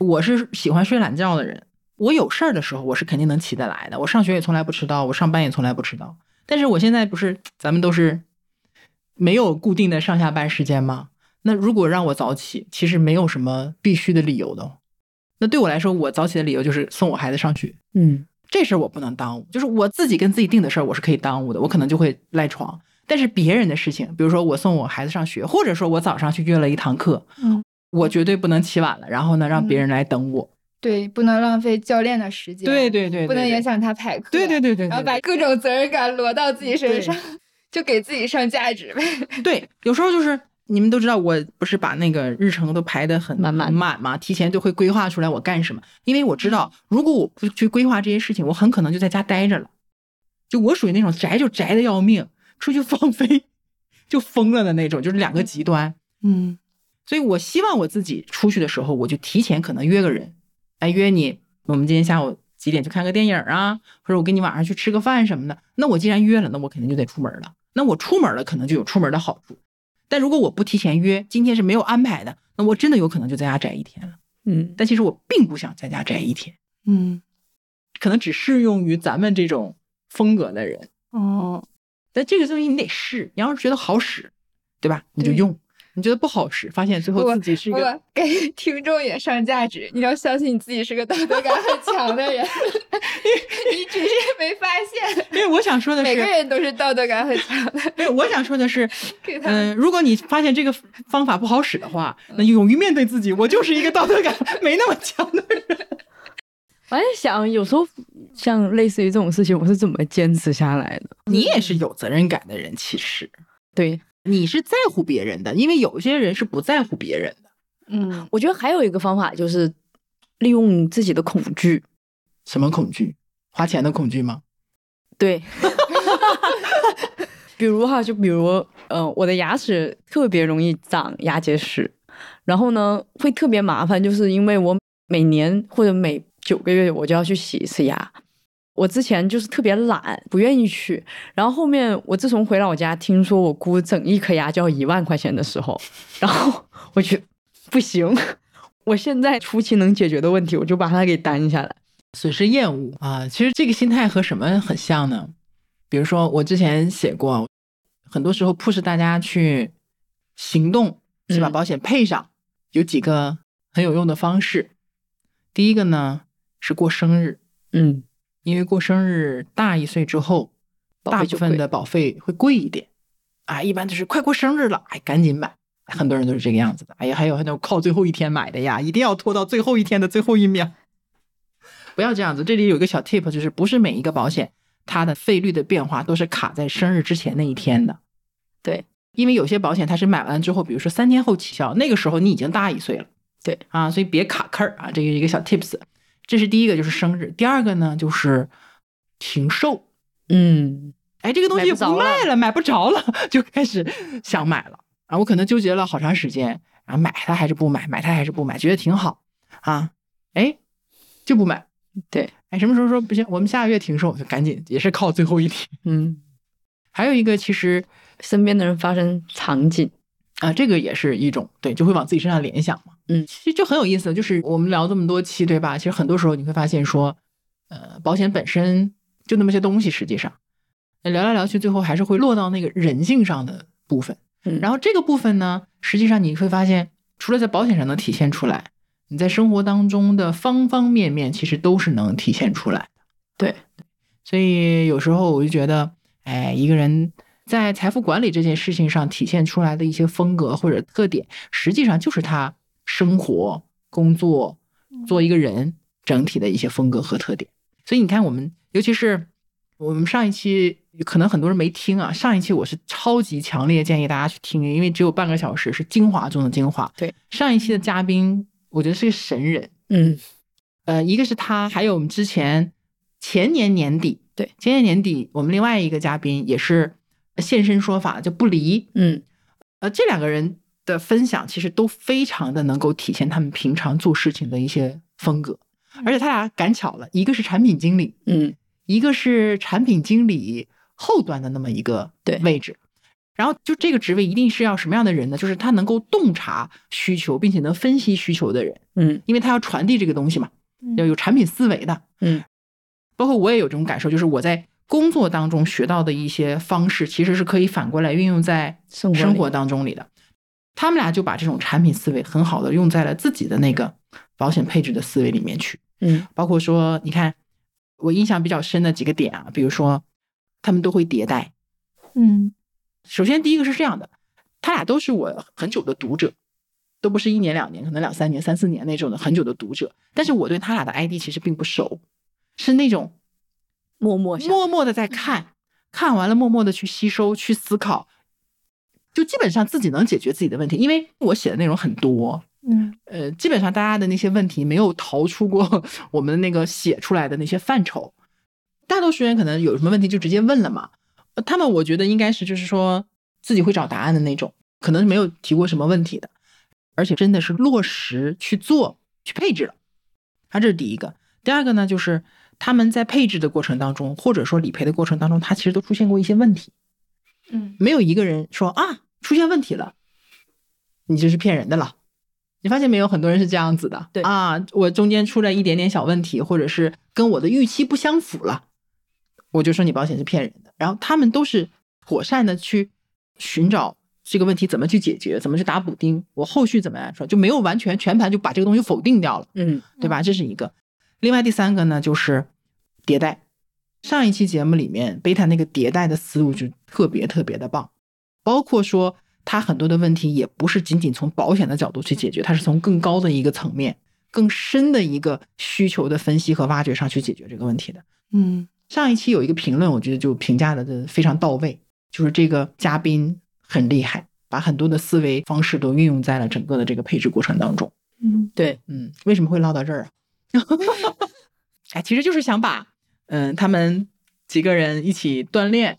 Speaker 2: 我是喜欢睡懒觉的人，我有事儿的时候我是肯定能起得来的。我上学也从来不迟到，我上班也从来不迟到。但是我现在不是咱们都是没有固定的上下班时间吗？那如果让我早起，其实没有什么必须的理由的。哦那对我来说，我早起的理由就是送我孩子上学，
Speaker 3: 嗯，
Speaker 2: 这事儿我不能耽误，就是我自己跟自己定的事儿，我是可以耽误的，我可能就会赖床。但是别人的事情，比如说我送我孩子上学，或者说我早上去约了一堂课，
Speaker 4: 嗯，
Speaker 2: 我绝对不能起晚了，然后呢让
Speaker 4: 嗯
Speaker 2: 别人来等我。
Speaker 4: 对，不能浪费教练的时间，
Speaker 2: 对对对，
Speaker 4: 不能影
Speaker 2: 响。
Speaker 4: 响他排课，
Speaker 2: 对对对对，
Speaker 4: 然后
Speaker 2: 对
Speaker 4: 把各种责任感挪到自己身
Speaker 2: 对
Speaker 4: 上，就给自己上价值呗。
Speaker 2: 对，有时候就是你们都知道，我不是把那个日程都排得很
Speaker 5: 满满
Speaker 2: 很满嘛，提前就会规划出来我干什么，因为我知道，
Speaker 5: 嗯
Speaker 2: 如果我不去规划这些事情，我很可能就在家待着了。就我属于那种宅就宅的要命，出去放飞就疯了的那种，就是两个极端。
Speaker 1: 嗯，
Speaker 2: 所以我希望我自己出去的时候，我就提前可能约个人，哎，约你，我们今天下午几点去看个电影啊，或者我跟你晚上去吃个饭什么的。那我既然约了，那我肯定就得出门了。那我出门了，可能就有出门的好处。但如果我不提前约，今天是没有安排的，那我真的有可能就在家宅一天了。
Speaker 3: 嗯，
Speaker 2: 但其实我并不想在家宅一天，
Speaker 1: 嗯，
Speaker 2: 可能只适用于咱们这种风格的人。
Speaker 1: 哦，
Speaker 2: 但这个东西你得试，你要是觉得好使，对吧？你就
Speaker 4: 对
Speaker 2: 用。你觉得不好使，发现最后
Speaker 4: 我
Speaker 2: 自己是一个
Speaker 4: 我给听众也上价值，你要相信你自己是个道德感很强 的人，你只是没发 现。
Speaker 2: 因为我想说的
Speaker 4: 每
Speaker 2: 是
Speaker 4: 个，人都是嗯道德感很强的，
Speaker 2: 因为我想说的是，
Speaker 4: 给他
Speaker 2: 嗯、如果你发现这个方法不好使的话，那勇于面对自己。我就是一个道德 感没那么强的人。
Speaker 5: 我还在想，有时候像类似于这种事情，我是怎么坚持下来的？
Speaker 2: 你也是有责任感的人，其实
Speaker 5: 对，
Speaker 2: 你是在乎别人的，因为有些人是不在乎别人的。
Speaker 4: 嗯，
Speaker 5: 我觉得还有一个方法就是利用自己的恐惧。
Speaker 2: 什么恐惧？花钱的恐惧吗？
Speaker 5: 对， 比如哈，就比如，呃，我的牙齿特别容易长牙结石，然后呢会特别麻烦，就是因为我每年或者每九个月我就要去洗一次牙。我之前就是特别懒，不愿意去。然后后面我自从回老家，听说我姑整一颗牙就要一万块钱的时候，然后我去不行，我现在初期能解决的问题，我就把它给担下来。
Speaker 2: 损失厌恶啊。其实这个心态和什么很像呢？比如说我之前写过，很多时候 push 大家去行动，是把
Speaker 5: 嗯
Speaker 2: 保险配上，有几个很有用的方式。第一个呢是过生日，
Speaker 5: 嗯，
Speaker 2: 因为过生日大一岁之后，
Speaker 5: 保费
Speaker 2: 大部
Speaker 5: 就
Speaker 2: 分
Speaker 5: 贵
Speaker 2: 的保费会贵一点啊，一般就是快过生日了，哎，赶紧买。很多人都是这个样子的，哎呀，还有那种靠最后一天买的呀，一定要拖到最后一天的最后一秒，不要这样子。这里有一个小 tip，就是不是每一个保险它的费率的变化都是卡在生日之前那一天的，
Speaker 5: 对，
Speaker 2: 因为有些保险它是买完之后，比如说三天后起效，那个时候你已经大一岁了，
Speaker 5: 对
Speaker 2: 啊，所以别卡坑儿啊，这个一个小 tips。这是第一个，就是生日；第二个呢，就是停售。
Speaker 5: 嗯，
Speaker 2: 哎，这个东西
Speaker 5: 买不着
Speaker 2: 不
Speaker 5: 了
Speaker 2: 卖了，买不着了， 就开始想买了。啊，我可能纠结了好长时间，然后买它还是不买，买它还是不买，觉得挺好啊，哎，就不买。
Speaker 5: 对，
Speaker 2: 哎，什么时候说不行？我们下个月停售，就赶紧，也是靠最后一天。
Speaker 5: 嗯，
Speaker 2: 还有一个，其实
Speaker 5: 身边的人发生场景，
Speaker 2: 啊，这个也是一种对，就会往自己身上联想嘛。
Speaker 5: 嗯
Speaker 2: 其实就很有意思，就是我们聊这么多期，对吧？其实很多时候你会发现说，呃，保险本身就那么些东西，实际上呃聊来聊去，最后还是会落到那个人性上的部分。
Speaker 5: 嗯
Speaker 2: 然后这个部分呢，实际上你会发现，除了在保险上能体现出来，你在生活当中的方方面面其实都是能体现出来的。
Speaker 5: 对，
Speaker 2: 所以有时候我就觉得，哎，一个人在财富管理这件事情上体现出来的一些风格或者特点，实际上就是他生活、工作、做一个人整体的一些风格和特点。所以你看，我们尤其是我们上一期，可能很多人没听啊。上一期我是超级强烈建议大家去听，因为只有半个小时，是精华中的精华。
Speaker 5: 对，
Speaker 2: 上一期的嘉宾，我觉得是个神人。
Speaker 5: 嗯，
Speaker 2: 呃，一个是他，还有我们之前前年年底，
Speaker 5: 对，
Speaker 2: 前年年底我们另外一个嘉宾也是现身说法，叫不离。
Speaker 5: 嗯，
Speaker 2: 呃，这两个人的分享其实都非常的能够体现他们平常做事情的一些风格，而且他俩赶巧了，一个是产品经理，
Speaker 5: 嗯，
Speaker 2: 一个是产品经理后端的那么一个
Speaker 5: 对
Speaker 2: 位置。然后就这个职位一定是要什么样的人呢？就是他能够洞察需求，并且能分析需求的人，
Speaker 5: 嗯，
Speaker 2: 因为他要传递这个东西嘛，
Speaker 4: 嗯
Speaker 2: 要有产品思维的，
Speaker 5: 嗯。
Speaker 2: 包括我也有这种感受，就是我在工作当中学到的一些方式，其实是可以反过来运用在
Speaker 5: 生活里
Speaker 2: 生活当中里的。他们俩就把这种产品思维很好的用在了自己的那个保险配置的思维里面去。
Speaker 5: 嗯，
Speaker 2: 包括说，你看我印象比较深的几个点啊，比如说他们都会迭代。
Speaker 4: 嗯
Speaker 2: 首先第一个是这样的，他俩都是我很久的读者，都不是一年两年，可能两三年、三四年那种的很久的读者。但是我对他俩的 ID 其实并不熟，是那种
Speaker 5: 默默想，
Speaker 2: 默默的在看，看完了默默的去吸收、去思考，就基本上自己能解决自己的问题。因为我写的内容很多，
Speaker 4: 嗯
Speaker 2: 呃，基本上大家的那些问题没有逃出过 我们那个写出来的那些范畴。大多数人可能有什么问题就直接问了嘛，呃他们我觉得应该是就是说自己会找答案的那种，可能没有提过什么问题的，而且真的是落实去做去配置了。啊，这是第一个。第二个呢，就是他们在配置的过程当中，或者说理赔的过程当中，他其实都出现过一些问题。
Speaker 4: 嗯
Speaker 2: 没有一个人说啊出现问题了，你这是骗人的了。你发现没有，很多人是这样子的，
Speaker 5: 对
Speaker 2: 啊，我中间出了一点点小问题，或者是跟我的预期不相符了，我就说你保险是骗人的。然后他们都是妥善的去寻找这个问题怎么去解决，怎么去打补丁，我后续怎么来说，就没有完全全盘就把这个东西否定掉了。
Speaker 5: 嗯，
Speaker 2: 对吧？这是一个。另外第三个呢，就是迭代。上一期节目里面，贝塔那个迭代的思路就特别特别的棒，包括说他很多的问题也不是仅仅从保险的角度去解决，它是从更高的一个层面、更深的一个需求的分析和挖掘上去解决这个问题的。
Speaker 1: 嗯
Speaker 2: 上一期有一个评论，我觉得就评价的非常到位，就是这个嘉宾很厉害，把很多的思维方式都运用在了整个的这个配置过程当中。
Speaker 4: 嗯
Speaker 5: 对，
Speaker 2: 嗯，为什么会唠到这儿啊？ 哎，其实就是想把嗯他们几个人一起锻炼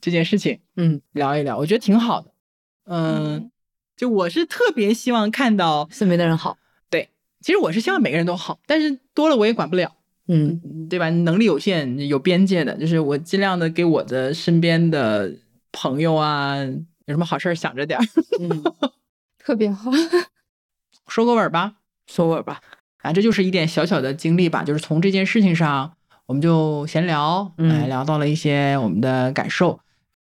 Speaker 2: 这件事情，
Speaker 5: 嗯，
Speaker 2: 聊一聊，我觉得挺好的。嗯
Speaker 4: 嗯，
Speaker 2: 就我是特别希望看到，
Speaker 5: 身边的人好，
Speaker 2: 其实我是希望每个人都好，但是多了我也管不了，
Speaker 5: 嗯，
Speaker 2: 对吧？能力有限，有边界的，就是我尽量的给我的身边的朋友啊，有什么好事儿想着点儿。
Speaker 5: 嗯，
Speaker 4: 特别好。
Speaker 2: 收个尾儿吧。
Speaker 5: 收尾吧，
Speaker 2: 啊，这就是一点小小的经历吧，就是从这件事情上，我们就闲聊，
Speaker 5: 嗯
Speaker 2: 哎，聊到了一些我们的感受，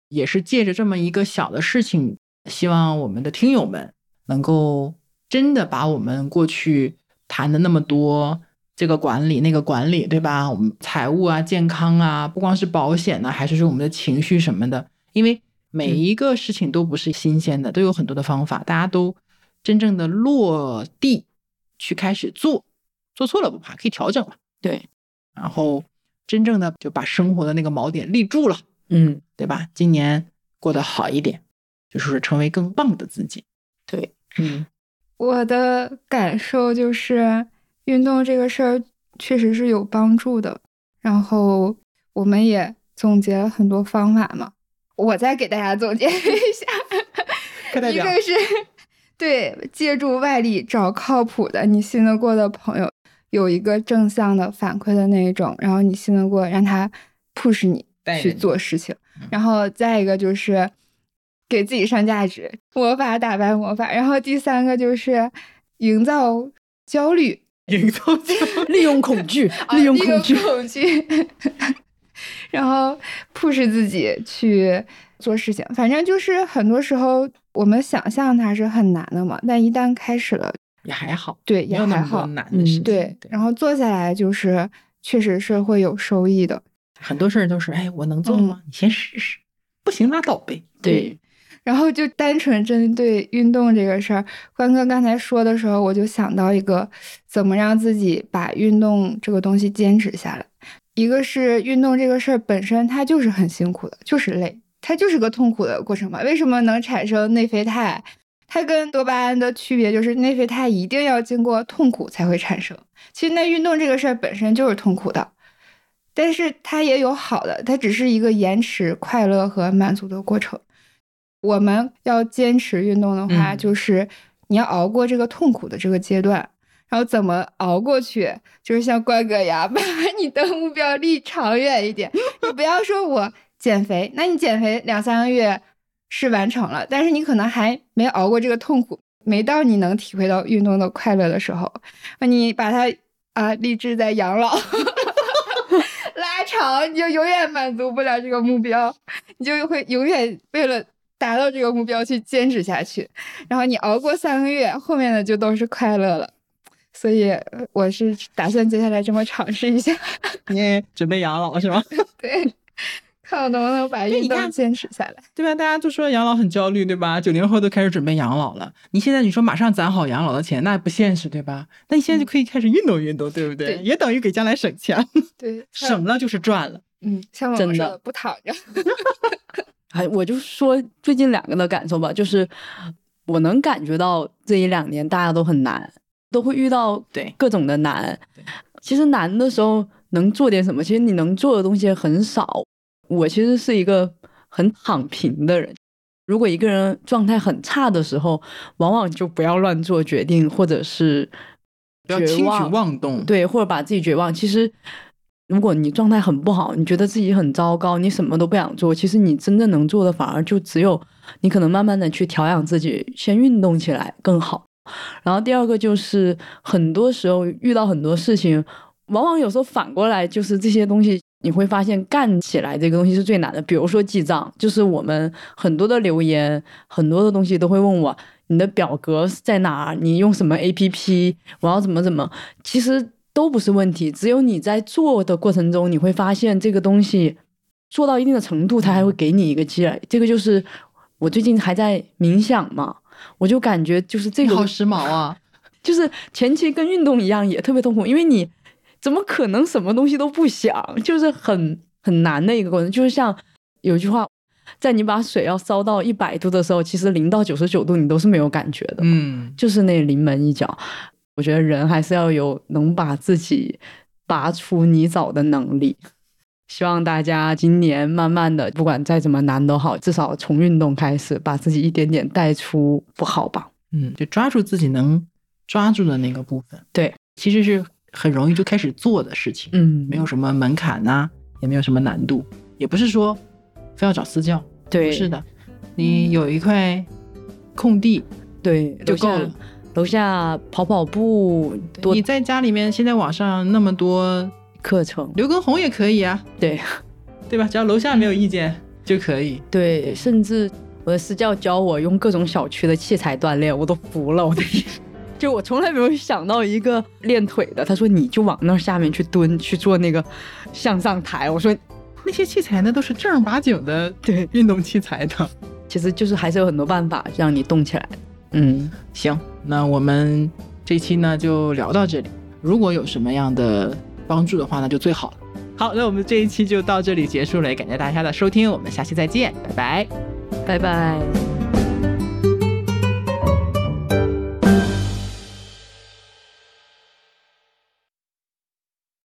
Speaker 2: 也是借着这么一个小的事情，希望我们的听友们能够真的把我们过去谈的那么多。这个管理，那个管理，对吧？我们财务啊、健康啊，不光是保险呢、啊还是说我们的情绪什么的，因为
Speaker 4: 嗯
Speaker 2: 每一个事情都不是新鲜的，都有很多的方法，大家都真正的落地去开始做，做错了不怕，可以调整嘛。
Speaker 5: 对，
Speaker 2: 然后真正的就把生活的那个锚点立住了，
Speaker 5: 嗯，
Speaker 2: 对吧？今 年过得好一点，就是成为更棒的自己。
Speaker 5: 对，
Speaker 2: 嗯，
Speaker 4: 我的感受就是，运动这个事儿确实是有帮助的。然后我们也总结了很多方法嘛，我再给大家总结一下。
Speaker 2: 课代
Speaker 4: 一
Speaker 2: 表
Speaker 4: 个是对借助外力找靠谱的你信得过的朋友，有一个正向的反馈的那一种，然后你信得过，让他 push 你
Speaker 2: 带着
Speaker 4: 去
Speaker 2: 你
Speaker 4: 做事情
Speaker 2: 嗯。
Speaker 4: 然后再一个就是给自己上价值，魔法打败魔法。然后第三个就是营造焦虑，
Speaker 2: 营造焦虑
Speaker 5: 利用恐 惧，
Speaker 4: 啊
Speaker 5: 利用恐惧，
Speaker 4: 恐惧， 然后 push 自己去做事情。反正就是很多时候我们想象它是很难的嘛，但一旦开始了，
Speaker 2: 也还好，
Speaker 4: 对
Speaker 2: 没
Speaker 4: 也
Speaker 2: 有那
Speaker 4: 还
Speaker 2: 么多
Speaker 4: 好，
Speaker 2: 难的事情。
Speaker 5: 嗯
Speaker 4: 对。然后做下来就是确实是会有收益的。
Speaker 2: 很多事儿都是，哎，我能做
Speaker 4: 嗯
Speaker 2: 吗？你先试试，不行拉倒呗。
Speaker 5: 对，
Speaker 4: 然后就单纯针对运动这个事儿，关哥刚才说的时候，我就想到一个怎么让自己把运动这个东西坚持下来。一个是运动这个事儿本身它就是很辛苦的，就是累，它就是个痛苦的过程嘛。为什么能产生内啡肽？它跟多巴胺的区别就是内啡肽一定要经过痛苦才会产生。其实那运动这个事儿本身就是痛苦的，但是它也有好的，它只是一个延迟快乐和满足的过程。我们要坚持运动的话，
Speaker 2: 嗯
Speaker 4: 就是你要熬过这个痛苦的这个阶段，然后怎么熬过去，就是像关哥一样， 把你的目标离长远一点。你不要说我减肥，那你减肥两三个月是完成了，但是你可能还没熬过这个痛苦，没到你能体会到运动的快乐的时候，那你把它啊、立志在养老。 拉长，你就永远满足不了这个目标，你就会永远为了达到这个目标去坚持下去。然后你熬过三个月，后面的就都是快乐了。所以呃我是打算接下来这么尝试一下，
Speaker 2: 你准备养老是吗？
Speaker 4: 对，看我能不能把
Speaker 2: 对
Speaker 4: 运
Speaker 2: 你
Speaker 4: 动
Speaker 2: 看
Speaker 4: 坚持下来。
Speaker 2: 对吧？大家就说养老很焦虑，对吧？九零后都开始准备养老了，你现在你说马上攒好养老的钱，那不现实，对吧？那你现在就可以开始运动运动，对不对？
Speaker 4: 对
Speaker 2: 也等于给将来省钱，
Speaker 4: 对，像
Speaker 2: 省了就是赚了。
Speaker 4: 嗯，像我
Speaker 5: 真
Speaker 4: 们说
Speaker 5: 的
Speaker 4: 的，不躺着，
Speaker 5: 哎，我就说最近两个的感受吧，就是我能感觉到这一两年大家都很难，都会遇到
Speaker 2: 对
Speaker 5: 各种的难
Speaker 2: 对。
Speaker 5: 其实难的时候能做点什么，其实你能做的东西很少。我其实是一个很躺平的人。如果一个人状态很差的时候，往往就不要乱做决定，或者是
Speaker 2: 不要轻举
Speaker 5: 绝望
Speaker 2: 妄动，
Speaker 5: 对，或者把自己绝望。其实，如果你状态很不好，你觉得自己很糟糕，你什么都不想做，其实你真正能做的反而就只有你可能慢慢的去调养自己，先运动起来更好。然后第二个就是，很多时候遇到很多事情，往往有时候反过来就是这些东西，你会发现干起来这个东西是最难的。比如说记账，就是我们很多的留言，很多的东西都会问我你的表格是在哪儿，你用什么 APP，我要怎么怎么，其实都不是问题。只有你在做的过程中，你会发现这个东西做到一定的程度，它还会给你一个积累。这个就是我最近还在冥想嘛。我就感觉就是这
Speaker 2: 你
Speaker 5: 个
Speaker 2: 好时髦啊！
Speaker 5: 就是前期跟运动一样也特别痛苦，因为你怎么可能什么东西都不想，就是很很难的一个过程。就是像有句话，在你把水要烧到一百度的时候，其实零到九十九度你都是没有感觉的，
Speaker 2: 嗯，
Speaker 5: 就是那临门一脚。我觉得人还是要有能把自己拔出泥沼的能力。希望大家今年慢慢的，不管再怎么难都好，至少从运动开始，把自己一点点带出不好吧。
Speaker 2: 嗯，就抓住自己能抓住的那个部分。
Speaker 5: 对，
Speaker 2: 其实是很容易就开始做的事情，
Speaker 5: 嗯，
Speaker 2: 没有什么门槛呐、也没有什么难度，也不是说非要找私教，
Speaker 5: 对
Speaker 2: 不是的，你有一块空地
Speaker 5: 对，
Speaker 2: 就
Speaker 5: 楼下
Speaker 2: 够了。
Speaker 5: 楼下跑跑步，多
Speaker 2: 你在家里面，现在网上那么多
Speaker 5: 课程，
Speaker 2: 刘畊宏也可以啊，
Speaker 5: 对
Speaker 2: 对吧？只要楼下没有意见就可以。
Speaker 5: 对，甚至我的私教教我用各种小区的器材锻炼，我都服了，我的 天！就我从来没有想到一个练腿的，他说你就往那下面去蹲去做那个向上抬，我说
Speaker 2: 那些器材呢，都是正儿八经的
Speaker 5: 对，
Speaker 2: 运动器材的。
Speaker 5: 其实就是还是有很多办法让你动起来。嗯，
Speaker 2: 行，那我们这期呢就聊到这里。如果有什么样的帮助的话，那就最好了。好，那我们这一期就到这里结束了，也感谢大家的收听，我们下期再见，拜拜。
Speaker 5: 拜拜。